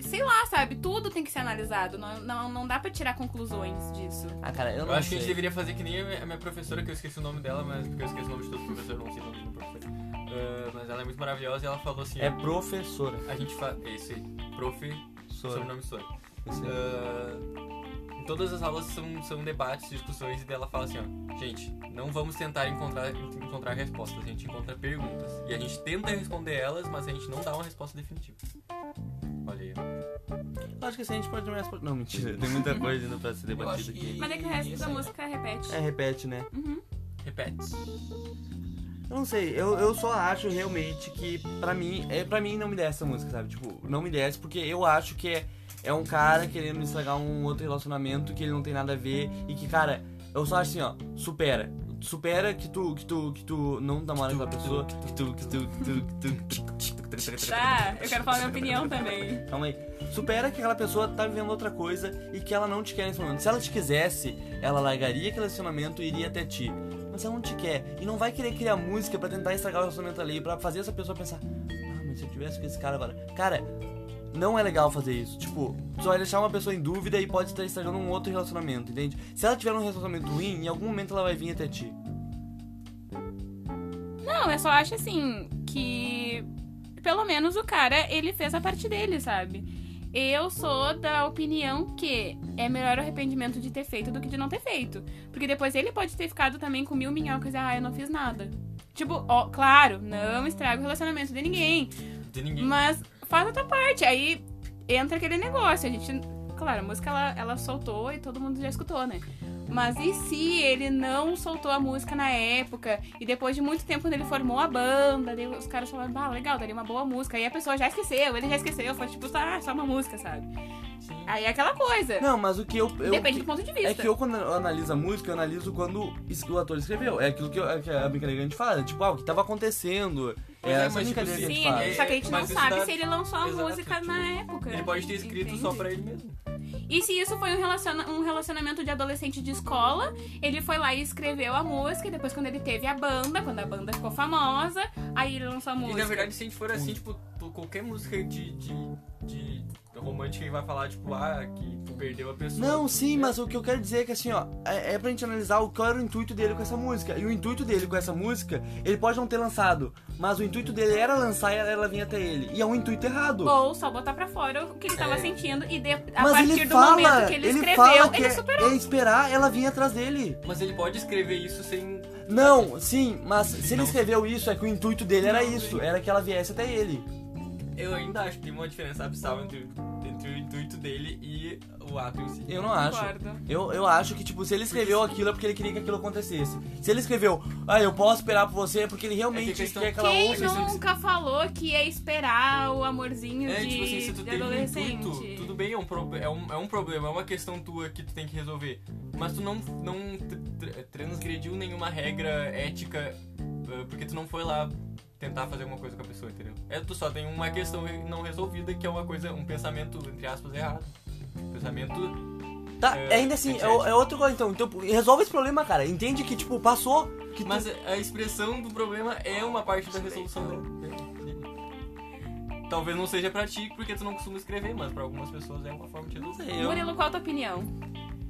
Speaker 4: sei lá, sabe? Tudo tem que ser analisado. Não, não, não dá pra tirar conclusões disso.
Speaker 3: Ah, cara, eu
Speaker 1: Eu
Speaker 3: não
Speaker 1: acho que
Speaker 3: sei.
Speaker 1: a gente deveria fazer que nem a minha, a minha professora, que eu esqueci o nome dela, mas porque eu esqueci o nome de todo professor, não sei o nome do professor. Ah, mas ela é muito maravilhosa e ela falou assim:
Speaker 3: É professora.
Speaker 1: a gente faz. Esse, prof,
Speaker 3: Sora.
Speaker 1: sobrenome Sora.
Speaker 3: Esse-
Speaker 1: Ah, todas as aulas são, são debates, discussões, e dela fala assim, ó, gente, não vamos tentar encontrar, encontrar respostas, a gente encontra perguntas. E a gente tenta responder elas, mas a gente não dá uma resposta definitiva. Olha aí. ó.
Speaker 3: Acho que assim a gente pode terminar essa... Não, mentira, tem muita coisa ainda pra
Speaker 5: Eu acho
Speaker 3: ser debatida aqui.
Speaker 5: que...
Speaker 4: Mas é que o resto da música repete.
Speaker 3: É, repete, né?
Speaker 4: Uhum.
Speaker 1: Repete.
Speaker 3: Eu não sei, eu, eu só acho realmente que pra mim, é, pra mim não me desce essa música, sabe? Tipo, não me desce porque eu acho que é, é um cara querendo estragar um outro relacionamento que ele não tem nada a ver e que, cara, eu só acho assim, ó, supera. Supera que tu, que tu, que tu não namora com a pessoa, que tu, que tu, que tu, que tu, que tu, que tu, que tu, que tu.
Speaker 4: Tá, eu quero falar minha opinião também.
Speaker 3: Calma aí. Supera que aquela pessoa tá vivendo outra coisa e que ela não te quer nesse momento. Se ela te quisesse, ela largaria aquele relacionamento e iria até ti. Mas ela não te quer. E não vai querer criar música pra tentar estragar o relacionamento ali, pra fazer essa pessoa pensar, ah, mas se eu tivesse com esse cara agora. Cara, não é legal fazer isso. Tipo, só vai deixar uma pessoa em dúvida e pode estar estragando um outro relacionamento, entende? Se ela tiver um relacionamento ruim, em algum momento ela vai vir até ti.
Speaker 4: Não, eu só acho assim que pelo menos o cara, ele fez a parte dele, sabe? Eu sou da opinião que é melhor o arrependimento de ter feito do que de não ter feito. Porque depois ele pode ter ficado também com mil minhocas e ah, eu não fiz nada. Tipo, ó, claro, não estraga o relacionamento de ninguém.
Speaker 1: De ninguém.
Speaker 4: Mas faz a tua parte. Aí entra aquele negócio. A gente. Claro, a música ela, ela soltou e todo mundo já escutou, né? Mas e se ele não soltou a música na época? E depois de muito tempo, quando ele formou a banda, daí os caras falaram, ah, legal, daria uma boa música. Aí a pessoa já esqueceu, ele já esqueceu, foi tipo, ah, só uma música, sabe? Aí é aquela coisa.
Speaker 3: Não, mas o que eu. eu
Speaker 4: Depende do ponto de vista.
Speaker 3: É que eu, quando eu analiso a música, eu analiso quando es- o ator escreveu. É aquilo que, eu- que a brincadeira que a gente fala. Tipo, ah, o que tava acontecendo. É,
Speaker 1: Mas é,
Speaker 3: essa
Speaker 1: mas, tipo,
Speaker 3: brincadeira que a gente
Speaker 4: Sim,
Speaker 3: fala.
Speaker 4: ele- só que a gente não
Speaker 1: Mas isso
Speaker 4: sabe
Speaker 1: dá-
Speaker 4: se ele lançou a
Speaker 1: Exato,
Speaker 4: música
Speaker 1: tipo,
Speaker 4: na época.
Speaker 1: Ele pode ter escrito
Speaker 4: Entende?
Speaker 1: só pra ele mesmo.
Speaker 4: E se isso foi um, relaciona- um relacionamento de adolescente de escola, ele foi lá e escreveu a música, e depois quando ele teve a banda, quando a banda ficou famosa, aí ele lançou a música.
Speaker 1: E na verdade, se a gente for assim, tipo, tu- qualquer música de, de, de romântica ele vai falar, tipo, ah, que tu perdeu a pessoa.
Speaker 3: Não, sim, mas o que eu quero dizer é que assim, ó, é, é pra gente analisar o qual era o intuito dele com essa música. E o intuito dele com essa música, ele pode não ter lançado, mas o intuito dele era lançar e ela, ela vinha até ele. E é um intuito errado.
Speaker 4: Ou só botar pra fora o que ele tava
Speaker 1: É.
Speaker 4: sentindo, e de- a
Speaker 3: mas
Speaker 4: partir
Speaker 3: ele
Speaker 4: do
Speaker 3: fala,
Speaker 4: momento que ele, escreveu,
Speaker 3: fala que
Speaker 4: ele
Speaker 3: é-
Speaker 4: superou.
Speaker 3: é esperar ela vir atrás dele.
Speaker 1: Mas ele pode escrever isso sem.
Speaker 3: Não, sim, mas se ele
Speaker 1: Não.
Speaker 3: escreveu isso, é que o intuito dele era isso, era que ela viesse até ele.
Speaker 1: Eu ainda acho que tem uma diferença abissal entre, entre o intuito dele e o ato em si.
Speaker 3: Eu não acho.
Speaker 4: Concordo.
Speaker 3: Eu, eu acho que, tipo, se ele escreveu aquilo é porque ele queria que aquilo acontecesse. Se ele escreveu, ah, eu posso esperar por você, é porque ele realmente
Speaker 1: É que a questão-
Speaker 3: quer que ela
Speaker 4: Quem
Speaker 1: assim,
Speaker 3: ouça.
Speaker 4: nunca falou que ia esperar o amorzinho
Speaker 1: É,
Speaker 4: de,
Speaker 1: tipo assim, se tu
Speaker 4: de
Speaker 1: teve um
Speaker 4: adolescente?
Speaker 1: intuito, tudo bem, é um, prob- é, um, é um problema, é uma questão tua que tu tem que resolver. Mas tu não, não tr- tr- transgrediu nenhuma regra ética eh, porque tu não foi lá tentar fazer alguma coisa com a pessoa, entendeu? É, tu só tem uma questão não resolvida que é uma coisa, um pensamento, entre aspas, errado. Pensamento.
Speaker 3: Tá,
Speaker 1: É,
Speaker 3: ainda assim, é,
Speaker 1: entende?
Speaker 3: o- é outro coisa, então. Então, resolve esse problema, cara. Entende que, tipo, passou. Que tu-
Speaker 1: Mas a expressão do problema é uma parte da resolução dele. Talvez não seja pra ti, porque tu não costuma escrever, mas pra algumas pessoas é uma forma de resolver.
Speaker 3: Eu-
Speaker 4: Murilo, qual a tua opinião?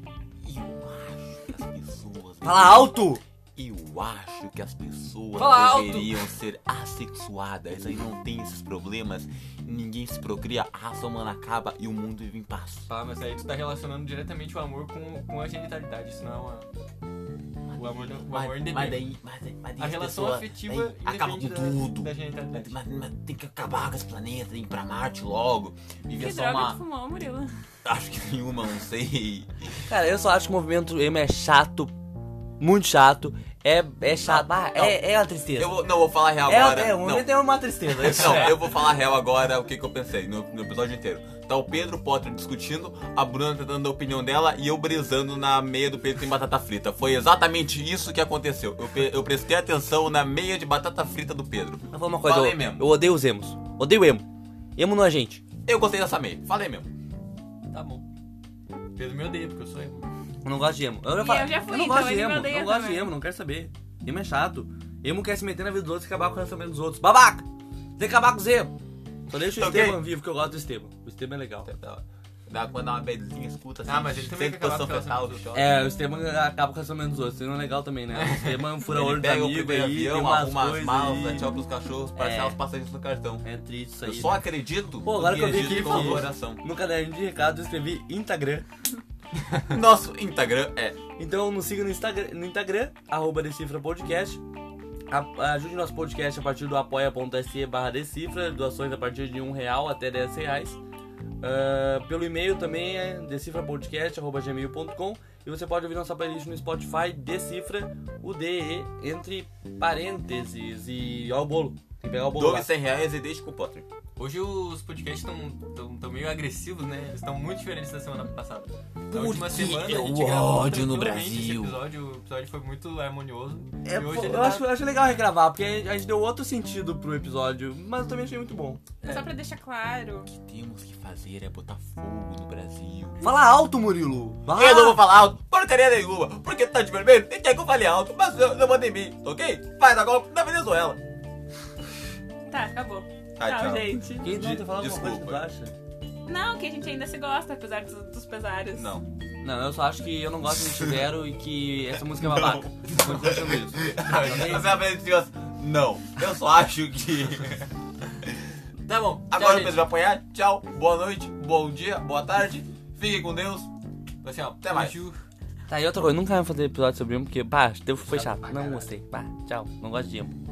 Speaker 2: Eu acho que as pessoas.
Speaker 3: Fala alto!
Speaker 2: Eu acho que as pessoas
Speaker 1: Fala alto!
Speaker 2: deveriam ser assexuadas. Aí não tem esses problemas. Ninguém se procria, a raça humana acaba e o mundo vive em paz.
Speaker 1: Tá, mas aí tu tá relacionando diretamente o amor com, com a genitalidade, isso não é uma. O amor, não- o
Speaker 2: Mas-
Speaker 1: amor
Speaker 2: mas
Speaker 1: independe.
Speaker 2: daí, mas daí, mas daí
Speaker 1: A
Speaker 2: as
Speaker 1: relação
Speaker 2: pessoas,
Speaker 1: afetiva
Speaker 2: daí acaba com
Speaker 1: independe da-
Speaker 2: tudo.
Speaker 1: da genitalidade.
Speaker 2: Mas, mas tem que acabar com esse planeta, tem que ir pra Marte logo. Viver
Speaker 4: Que
Speaker 2: só
Speaker 4: droga tu
Speaker 2: uma.
Speaker 4: fumou, Murilo?
Speaker 2: Acho que nenhuma, não sei.
Speaker 3: Cara, eu só acho que o movimento emo é chato. Muito chato. É, é chato. Ah, é, é a tristeza.
Speaker 2: Eu vou, não, vou falar real
Speaker 3: É,
Speaker 2: agora.
Speaker 3: é, o
Speaker 2: não.
Speaker 3: movimento emo é uma tristeza. Isso
Speaker 2: Não,
Speaker 3: é.
Speaker 2: eu vou falar real agora o que, que eu pensei no, no episódio inteiro. Tá o Pedro Potter discutindo, a Bruna tentando dar a opinião dela e eu brisando na meia do Pedro sem batata frita. Foi exatamente isso que aconteceu. Eu, pe- eu prestei atenção na meia de batata frita do Pedro.
Speaker 3: Eu vou falar uma coisa,
Speaker 2: Falei
Speaker 3: eu,
Speaker 2: mesmo.
Speaker 3: eu odeio os emos. Odeio emo. Emo não é gente.
Speaker 2: Eu gostei dessa meia, falei mesmo.
Speaker 1: Tá bom. Pedro me odeia, porque eu sou emo.
Speaker 3: Eu não gosto de emo. Eu,
Speaker 4: E
Speaker 3: falo,
Speaker 4: eu já fui,
Speaker 3: não
Speaker 4: então
Speaker 3: gosto de
Speaker 4: ele me
Speaker 3: emo.
Speaker 4: odeia
Speaker 3: Não gosto de
Speaker 4: também.
Speaker 3: emo, não quero saber. Emo é chato. Emo quer se meter na vida dos outros e acabar com o relacionamento dos outros. Babaca! Tem que acabar com os emo. Só deixa o
Speaker 2: Ok.
Speaker 3: Esteban vivo, que eu gosto do Esteban. O Esteban é legal.
Speaker 2: Dá quando dá uma belezinha escuta assim.
Speaker 1: Ah, mas ele também
Speaker 2: sente
Speaker 1: quer acabar
Speaker 2: posição
Speaker 1: com ela,
Speaker 2: fetal,
Speaker 1: né?
Speaker 2: chora.
Speaker 3: É, o Esteban acaba com o relacionamento dos outros. Isso não é legal também, né? O Esteban é um fura-olho
Speaker 2: Ele
Speaker 3: de
Speaker 2: pega o
Speaker 3: amigo aí,
Speaker 2: primeiro
Speaker 3: tem
Speaker 2: avião,
Speaker 3: umas
Speaker 2: arruma as
Speaker 3: coisas
Speaker 2: malas,
Speaker 3: aí.
Speaker 2: aí. pros cachorros, parcela os passageiros no cartão.
Speaker 3: É triste isso aí.
Speaker 2: Eu só
Speaker 3: né?
Speaker 2: acredito
Speaker 3: Pô, agora
Speaker 2: no
Speaker 3: que eu vi
Speaker 2: existe
Speaker 3: que ele
Speaker 2: com o
Speaker 3: falou. um
Speaker 2: coração.
Speaker 3: No caderninho de recado eu escrevi Instagram.
Speaker 2: Nosso Instagram é
Speaker 3: Então nos siga no Instagram, no Instagram arroba Decifra Podcast. A- ajude nosso podcast a partir do apoia.se barra Decifra, doações a partir de um real até 10 reais. Ah, pelo e-mail também é decifrapodcast.gmail.com e você pode ouvir nossa playlist no Spotify Decifra UDE entre parênteses e ó o bolo. Tem que pegar o bolo lá.
Speaker 2: Doe 100 reais e deixe com o Potter.
Speaker 1: Hoje os podcasts estão meio agressivos, né? Eles estão muito diferentes da semana passada. Na
Speaker 5: Por
Speaker 1: última
Speaker 5: que
Speaker 1: semana
Speaker 5: é
Speaker 1: a gente
Speaker 5: o
Speaker 1: gravou
Speaker 5: ódio no
Speaker 1: tranquilamente Esse
Speaker 5: Brasil?
Speaker 1: episódio, o episódio foi muito harmonioso.
Speaker 3: É,
Speaker 1: e hoje
Speaker 3: pô,
Speaker 1: ele
Speaker 3: eu,
Speaker 1: tá-
Speaker 3: acho, eu acho legal regravar, porque a gente deu outro sentido pro episódio, mas eu também achei muito bom.
Speaker 1: É.
Speaker 4: Só pra deixar claro.
Speaker 2: O que temos que fazer é botar fogo no Brasil.
Speaker 3: Fala alto, Murilo! Vai!
Speaker 2: Eu não vou falar alto, porcaria nenhuma, porque tá de vermelho e quer que eu fale alto, mas eu não manda em mim, ok? Faz agora na Venezuela.
Speaker 4: Tá, acabou.
Speaker 2: Tá,
Speaker 4: tchau,
Speaker 2: tchau.
Speaker 4: gente.
Speaker 3: Quem não,
Speaker 2: De-
Speaker 3: tá falando alguma coisa,
Speaker 2: desculpa.
Speaker 3: tu acha?
Speaker 4: Não, que a gente ainda se gosta, apesar dos, dos pesares.
Speaker 2: Não.
Speaker 3: Não, eu só acho que eu não gosto de Tivero e que essa música é babaca. Continua achando isso.
Speaker 2: Não, você vai dizer assim, Não, eu só acho que.
Speaker 1: Tá bom. Tchau,
Speaker 2: Agora o
Speaker 1: gente.
Speaker 2: Pedro vai apanhar. Tchau, boa noite, bom dia, boa tarde. Fiquem com Deus.
Speaker 1: Assim, ó,
Speaker 2: Até mais.
Speaker 1: Ju.
Speaker 3: um, Tá, e outra coisa, nunca vai fazer episódio sobre Emo, porque, pá, teve- foi chato. Não gostei. Pá, tchau. Não gosto de Emo.